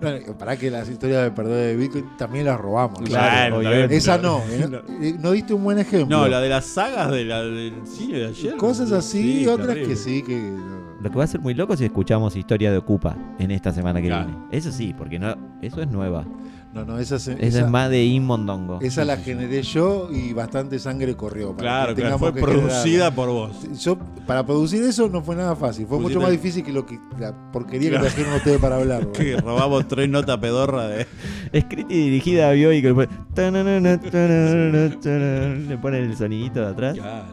S1: Bueno, Para que las historias de perdón de Bitcoin también las robamos.
S4: Claro, obviamente.
S1: Esa no, ¿eh?
S3: No.
S1: Eh, no diste un buen ejemplo.
S3: No, la de las sagas de la, del cine de ayer.
S1: Cosas así,
S3: Sí,
S1: otras
S3: terrible.
S1: que sí, que. no.
S4: Lo que va a ser muy loco es si escuchamos historia de Ocupa en esta semana que
S3: Claro.
S4: viene. Eso sí, porque no, eso es nueva.
S1: No, no, esa, se-
S4: Esa es más de Inmondongo.
S1: esa la generé yo y bastante sangre corrió. para
S3: Claro,
S1: que
S3: claro,
S1: tengamos
S3: fue
S1: que
S3: producida por vos.
S1: quedar. Yo, para producir eso no fue nada fácil. Fue mucho
S3: Pusiste-
S1: más difícil que lo que la porquería
S3: Claro.
S1: que trajeron ustedes para hablar. boludo.
S3: Que robamos tres notas pedorra de.
S4: Escrita y dirigida a Bio y que le pone... tanana, tanana, tanana, Le pone el sonidito de atrás.
S3: Claro.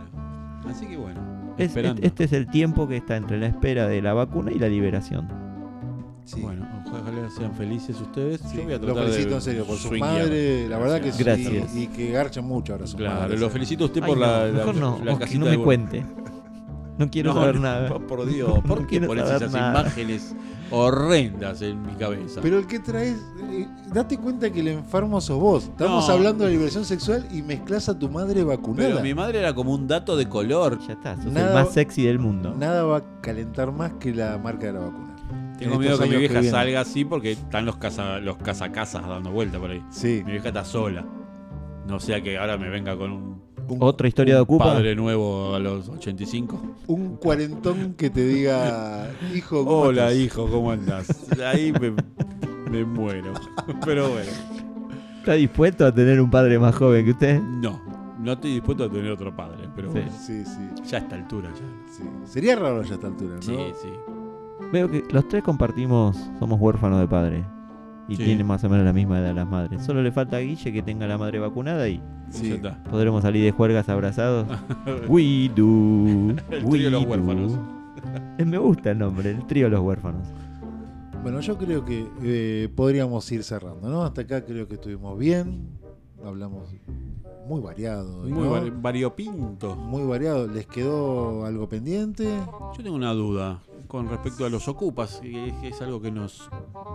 S3: Así que bueno.
S4: Es-
S3: esperando.
S4: este es el tiempo que está entre la espera de la vacuna y la liberación.
S1: Sí.
S3: Bueno, ojalá sean felices ustedes.
S1: Sí,
S3: Yo voy a
S1: los
S3: tratar
S1: felicito
S3: de
S1: en serio por su
S3: swinguear.
S1: madre, la verdad que sí,
S4: Gracias.
S1: y que garchan mucho ahora su
S3: Claro,
S1: madre.
S3: lo felicito a usted
S4: Ay,
S3: por
S4: no,
S3: la, la-
S4: mejor no,
S3: la
S4: Oski,
S3: casita
S4: no me
S3: de-
S4: cuente. No quiero
S3: No,
S4: saber
S3: no,
S4: nada.
S3: Por Dios, ¿por qué
S4: No quiero
S3: pones
S4: saber
S3: esas
S4: nada.
S3: imágenes horrendas en mi cabeza?
S1: Pero el que traes, eh, date cuenta que el enfermo sos vos. Estamos
S3: No.
S1: hablando de liberación sexual y mezclas a tu madre vacunada.
S3: Pero mi madre era como un dato de color.
S4: Ya está, sos
S1: Nada-
S4: el más sexy del mundo.
S1: Nada va a calentar más que la marca de la vacuna.
S3: Tengo
S1: En
S3: miedo
S1: estos
S3: que mi
S1: años
S3: vieja
S1: vienen.
S3: salga así porque están los casa, los cazacasas dando vuelta por ahí.
S1: Sí.
S3: Mi vieja está sola. No sea que ahora me venga con un
S1: Un,
S4: Otra historia de Ocupa.
S3: padre nuevo a los 85.
S1: un cuarentón que te diga, hijo. ¿cómo
S3: Hola,
S1: estás?".
S3: hijo, ¿cómo andás? Ahí me, me muero. Pero bueno,
S4: ¿Está dispuesto a tener un padre más joven que usted?
S3: no. No estoy dispuesto a tener otro padre, pero
S4: Sí.
S3: bueno,
S1: Sí, sí,
S3: ya a esta altura ya.
S1: sí. Sería raro ya a esta altura, ¿no?
S3: Sí, sí.
S4: Veo que los tres compartimos, somos huérfanos de padre. Y
S3: Sí.
S4: tienen más o menos la misma edad las madres. Solo le falta a Guille que tenga la madre vacunada y
S1: Sí.
S3: Ya está.
S4: podremos salir de juergas abrazados. We do.
S3: El
S4: we
S3: trío de los
S4: do.
S3: huérfanos.
S4: Eh, Me gusta el nombre, el trío de los huérfanos.
S1: Bueno, yo creo que eh, podríamos ir cerrando, ¿no? Hasta acá creo que estuvimos bien. Hablamos muy variado. hoy,
S3: Muy
S1: ¿no?
S3: vari- variopinto.
S1: Muy variado. ¿Les quedó algo pendiente?
S3: Yo tengo una duda con respecto a los ocupas, que es- que es algo que nos.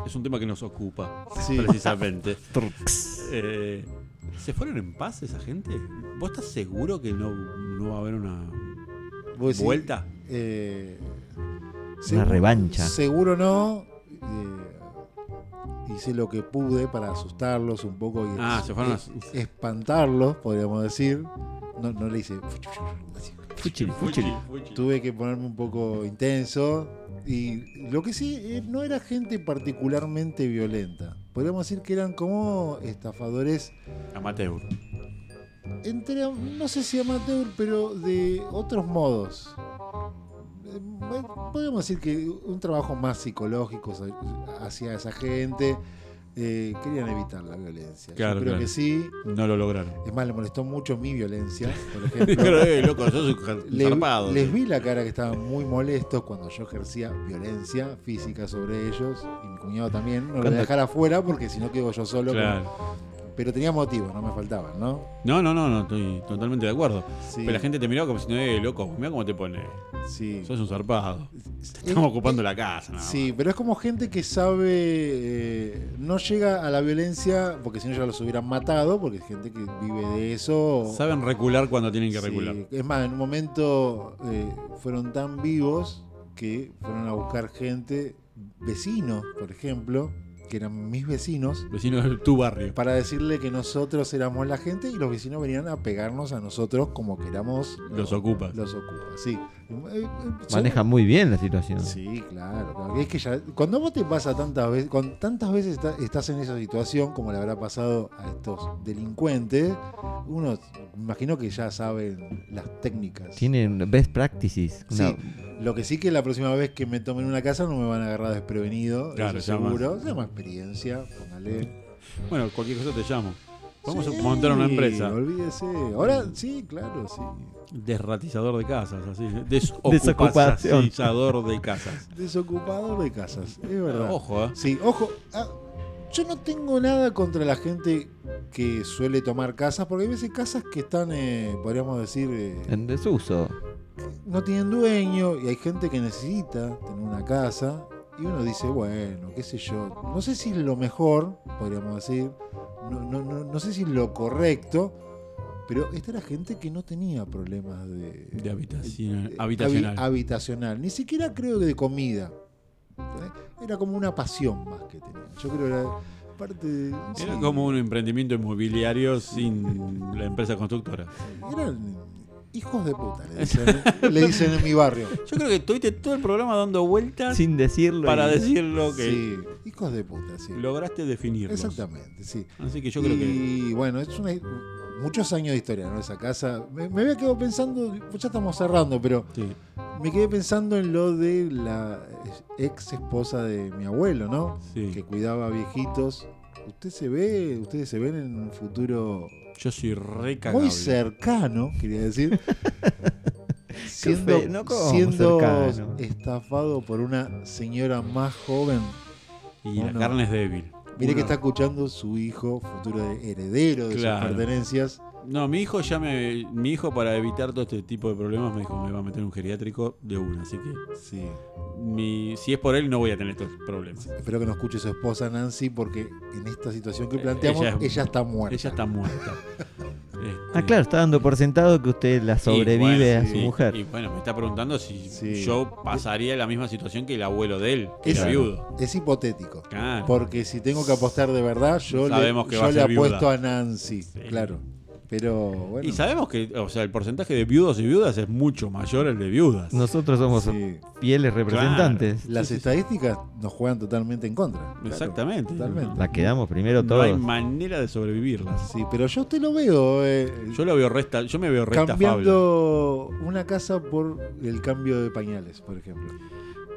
S3: Es un tema que nos ocupa,
S1: Sí.
S3: precisamente. Eh, ¿Se fueron en paz esa gente? ¿Vos estás seguro que no, no va a haber una
S1: Vos decís,
S3: vuelta?
S1: eh,
S4: Una
S1: segu-
S4: revancha.
S1: Seguro no. eh, hice lo que pude para asustarlos un poco y
S3: Ah,
S1: es-
S3: se fueron
S1: eh,
S3: a-
S1: espantarlos, podríamos decir. No, no le hice. así.
S4: Fuchili, fuchili.
S1: Tuve que ponerme un poco intenso. Y lo que sí, eh, no era gente particularmente violenta. Podríamos decir que eran como estafadores
S3: Amateur.
S1: entre, no sé si amateur, pero de otros modos. Eh, Podríamos decir que un trabajo más psicológico sa- hacia esa gente. eh, querían evitar la violencia.
S3: Claro,
S1: Yo creo
S3: claro.
S1: que sí.
S3: No lo lograron.
S1: Es más, le molestó mucho mi violencia, por
S3: Pero,
S1: ejemplo.
S3: eh, loco, sos un jar-
S1: Le-
S3: zarpado.
S1: les vi la cara que estaban muy molestos cuando yo ejercía violencia física sobre ellos. Y mi cuñado también. No lo voy a
S4: Cuando-
S1: dejar afuera porque si no quedo yo solo. con-
S3: Claro.
S1: Pero tenía motivos, no me faltaban, ¿no?
S3: No, no, no, no, estoy totalmente de acuerdo.
S1: Sí,
S3: Pero la gente te miró como si no, eh, loco, mirá cómo te pone.
S1: sí.
S3: Sos un zarpado.
S1: Eh,
S3: Estamos ocupando la casa. nada más.
S1: Sí, pero es como gente que sabe, eh, no llega a la violencia porque si no ya los hubieran matado, porque es gente que vive de eso. o-
S3: Saben recular cuando tienen que
S1: Sí,
S3: recular.
S1: Es más, en un momento eh, fueron tan vivos que fueron a buscar gente, vecinos, por ejemplo, que eran mis vecinos,
S3: Vecino de tu barrio.
S1: para decirle que nosotros éramos la gente y los vecinos venían a pegarnos a nosotros como que éramos
S3: Los ocupas.
S1: Los ocupas, sí. Eh, eh, son-
S4: Maneja muy bien la situación.
S1: Sí, claro, claro. Es que ya, cuando vos te pasa tantas veces, con tantas veces está- estás en esa situación, como le habrá pasado a estos delincuentes, uno me imagino que ya saben las técnicas.
S4: Tienen best practices.
S1: Sí.
S4: una-
S1: Lo que sí que la próxima vez que me tomen una casa no me van a agarrar desprevenido,
S3: Claro,
S1: eso
S3: ya más.
S1: seguro. Se llama experiencia, póngale.
S3: Bueno, cualquier cosa te llamo. Vamos
S1: Sí,
S3: a montar una empresa.
S1: Olvídese. Ahora sí, claro, sí.
S3: Desratizador de casas, así.
S4: Desocupación.
S3: Desocupazador de casas.
S1: Desocupador de casas, es verdad.
S3: Ojo, ¿eh?
S1: Sí, ojo, ah, yo no tengo nada contra la gente que suele tomar casas, porque hay veces casas que están, eh, podríamos decir, eh,
S4: En desuso.
S1: no tienen dueño y hay gente que necesita tener una casa y uno dice, bueno, qué sé yo, no sé si es lo mejor, podríamos decir, no, no, no, no sé si es lo correcto, pero esta era gente que no tenía problemas de,
S3: De habitación,
S1: eh,
S3: habitacional.
S1: habi- habitacional. Ni siquiera creo que de comida. ¿eh? Era como una pasión más que tenía. Yo creo que era parte de.
S3: Era
S1: sí,
S3: como un emprendimiento inmobiliario sin la empresa constructora.
S1: era- Hijos de puta, le dicen, ¿eh? le dicen en mi barrio.
S3: Yo creo que estuviste todo el programa dando vueltas
S4: Sin decirlo.
S3: para
S4: y-
S3: decir lo que
S1: Sí, hijos de puta, sí.
S3: lograste definirlo.
S1: Exactamente, sí.
S3: Así que yo creo que.
S1: Y bueno, es una, muchos años de historia, ¿no? Esa casa. Me, me había quedado pensando, pues ya estamos cerrando, pero
S3: sí.
S1: me quedé pensando en lo de la ex esposa de mi abuelo, ¿no?
S3: Sí.
S1: Que cuidaba a viejitos. ¿Usted se ve, ustedes se ven en un futuro
S3: Yo soy re cagable.
S1: muy cercano, quería decir. siendo
S4: feo, ¿no? ¿Cómo
S1: siendo
S4: cercano?
S1: estafado por una señora más joven.
S3: Y la
S1: Uno-
S3: carne es débil.
S1: Mire que
S3: Uno-
S1: está escuchando su hijo, futuro heredero de
S3: Claro.
S1: sus pertenencias.
S3: No, mi hijo ya me. Mi hijo, para evitar todo este tipo de problemas, me dijo me va a meter en un geriátrico de una. Así que.
S1: Sí.
S3: mi- si es por él, no voy a tener estos problemas.
S1: Espero que no escuche su esposa Nancy, porque en esta situación que planteamos,
S3: Eh, Ella
S1: ella,
S3: es-
S1: está muerta.
S3: Ella está muerta.
S4: Ah,
S3: Este,
S4: claro, está dando por sentado que usted la
S3: y
S4: sobrevive
S3: bueno,
S4: a su
S3: sí,
S4: mujer.
S3: Y bueno, me está preguntando si
S1: Sí.
S3: yo pasaría la misma situación que el abuelo de él, que
S1: Es-
S3: era viudo.
S1: Es hipotético.
S3: Claro.
S1: Porque si tengo que apostar de verdad, yo
S3: Sabemos
S1: le,
S3: que
S1: yo
S3: va a
S1: le
S3: ser viuda.
S1: apuesto a Nancy. Claro. Pero bueno.
S3: Y sabemos que, o sea, el porcentaje de viudos y viudas es mucho mayor al de viudas.
S4: Nosotros somos
S1: sí,
S4: fieles representantes.
S1: las estadísticas nos juegan totalmente en contra. Claro,
S3: Exactamente.
S1: totalmente.
S4: La quedamos primero
S3: No hay
S4: todos.
S3: manera de sobrevivirlas.
S1: Sí, pero yo te lo veo. eh,
S3: Yo lo veo resta, yo me veo resta
S1: cambiando una casa por el cambio de pañales, por ejemplo.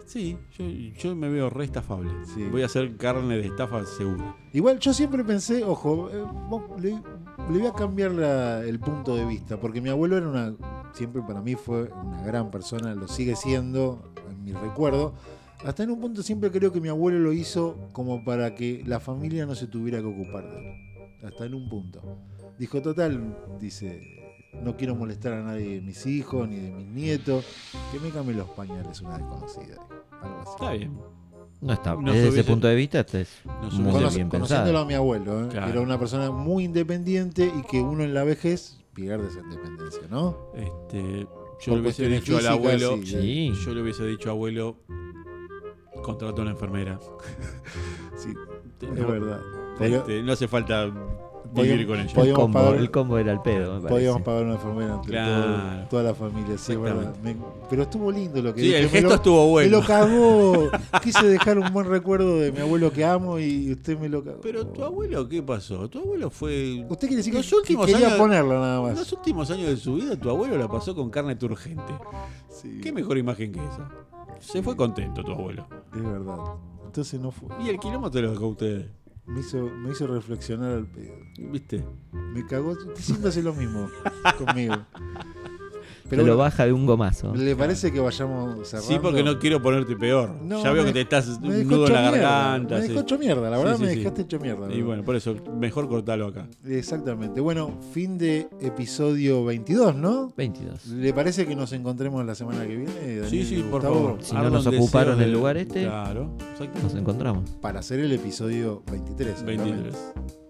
S3: Sí, yo, yo me veo re estafable.
S1: Sí.
S3: Voy a hacer carne de estafa seguro.
S1: Igual yo siempre pensé, ojo, eh, vos- le, le voy a cambiar la- el punto de vista, porque mi abuelo era una, siempre para mí fue una gran persona, lo sigue siendo, en mi recuerdo. Hasta en un punto siempre creo que mi abuelo lo hizo como para que la familia no se tuviera que ocupar de él. Hasta en un punto. Dijo, total, dice, no quiero molestar a nadie de mis hijos ni de mis nietos, que me cambie los pañales una desconocida. Algo así.
S3: Está bien.
S4: No está.
S3: Nos
S4: Desde ese
S3: hubiese-
S4: punto de vista, este es
S3: Nos hubiese-
S4: muy
S1: Conoce-
S4: bien
S1: conociéndolo
S4: pensado.
S1: a mi abuelo, ¿eh?
S3: Claro.
S1: era una persona muy independiente y que uno en la vejez pierde esa independencia, ¿no?
S3: Este, yo
S1: Por
S3: le hubiese
S1: cuestiones
S3: dicho al
S1: físicas,
S3: abuelo,
S1: sí.
S4: Sí.
S3: yo le hubiese dicho abuelo, contrata una enfermera.
S1: Sí,
S3: Este,
S1: es
S3: no,
S1: verdad. Podría-
S3: este, no hace falta vivir
S1: podíamos-
S3: con ella.
S1: podíamos
S4: El combo,
S1: pagar-
S4: el combo era el pedo, me
S1: Podíamos
S4: parece.
S1: pagar una enfermera entre
S3: Claro.
S1: todo- toda la familia, sí, es verdad. Me- pero estuvo lindo lo que
S3: Sí,
S1: dije,
S3: el
S1: me
S3: gesto
S1: lo-
S3: estuvo
S1: Me
S3: bueno.
S1: lo cagó. Quise dejar un buen recuerdo de mi abuelo que amo y usted me lo cagó.
S3: Pero tu abuelo, ¿qué pasó? Tu abuelo fue...
S1: Usted quiere decir
S3: Los
S1: que- que
S3: últimos
S1: quería
S3: años-
S1: ponerla nada
S3: En
S1: más.
S3: los últimos años de su vida, tu abuelo la pasó con carne turgente.
S1: Sí,
S3: ¿Qué mejor imagen que esa? Se fue contento tu abuelo.
S1: Es verdad. Entonces no fue.
S3: Y el quilombo te lo dejó a ustedes.
S1: Me hizo, me hizo reflexionar al pedo.
S3: ¿Viste?
S1: Me cagó. Usted siempre hace lo mismo conmigo.
S4: Pero
S1: Pero
S4: lo
S1: bueno,
S4: baja de un gomazo.
S1: ¿le parece que vayamos cerrando?
S3: Sí, porque no quiero ponerte peor.
S1: No,
S3: ya veo
S1: me-
S3: que te estás
S1: Me
S3: un
S1: dejó
S3: nudo
S1: hecho
S3: en la
S1: mierda,
S3: garganta.
S1: Me
S3: sí.
S1: dejó hecho mierda, la verdad
S3: Sí,
S1: me
S3: sí, sí.
S1: dejaste hecho mierda.
S3: Y
S1: bro.
S3: bueno, por eso, mejor cortarlo acá.
S1: Exactamente. Bueno, fin de episodio 22, ¿no?
S4: 22.
S1: ¿Le parece que nos encontremos la semana que viene? Daniel
S3: Sí,
S1: y
S3: sí, por
S1: Gustavo?
S3: favor.
S4: Si no
S3: Ardan
S4: nos ocuparon
S3: deseos de-
S4: el lugar este,
S3: Claro, exacto.
S4: Nos encontramos.
S1: Para hacer el episodio 23. seguramente.
S3: 23.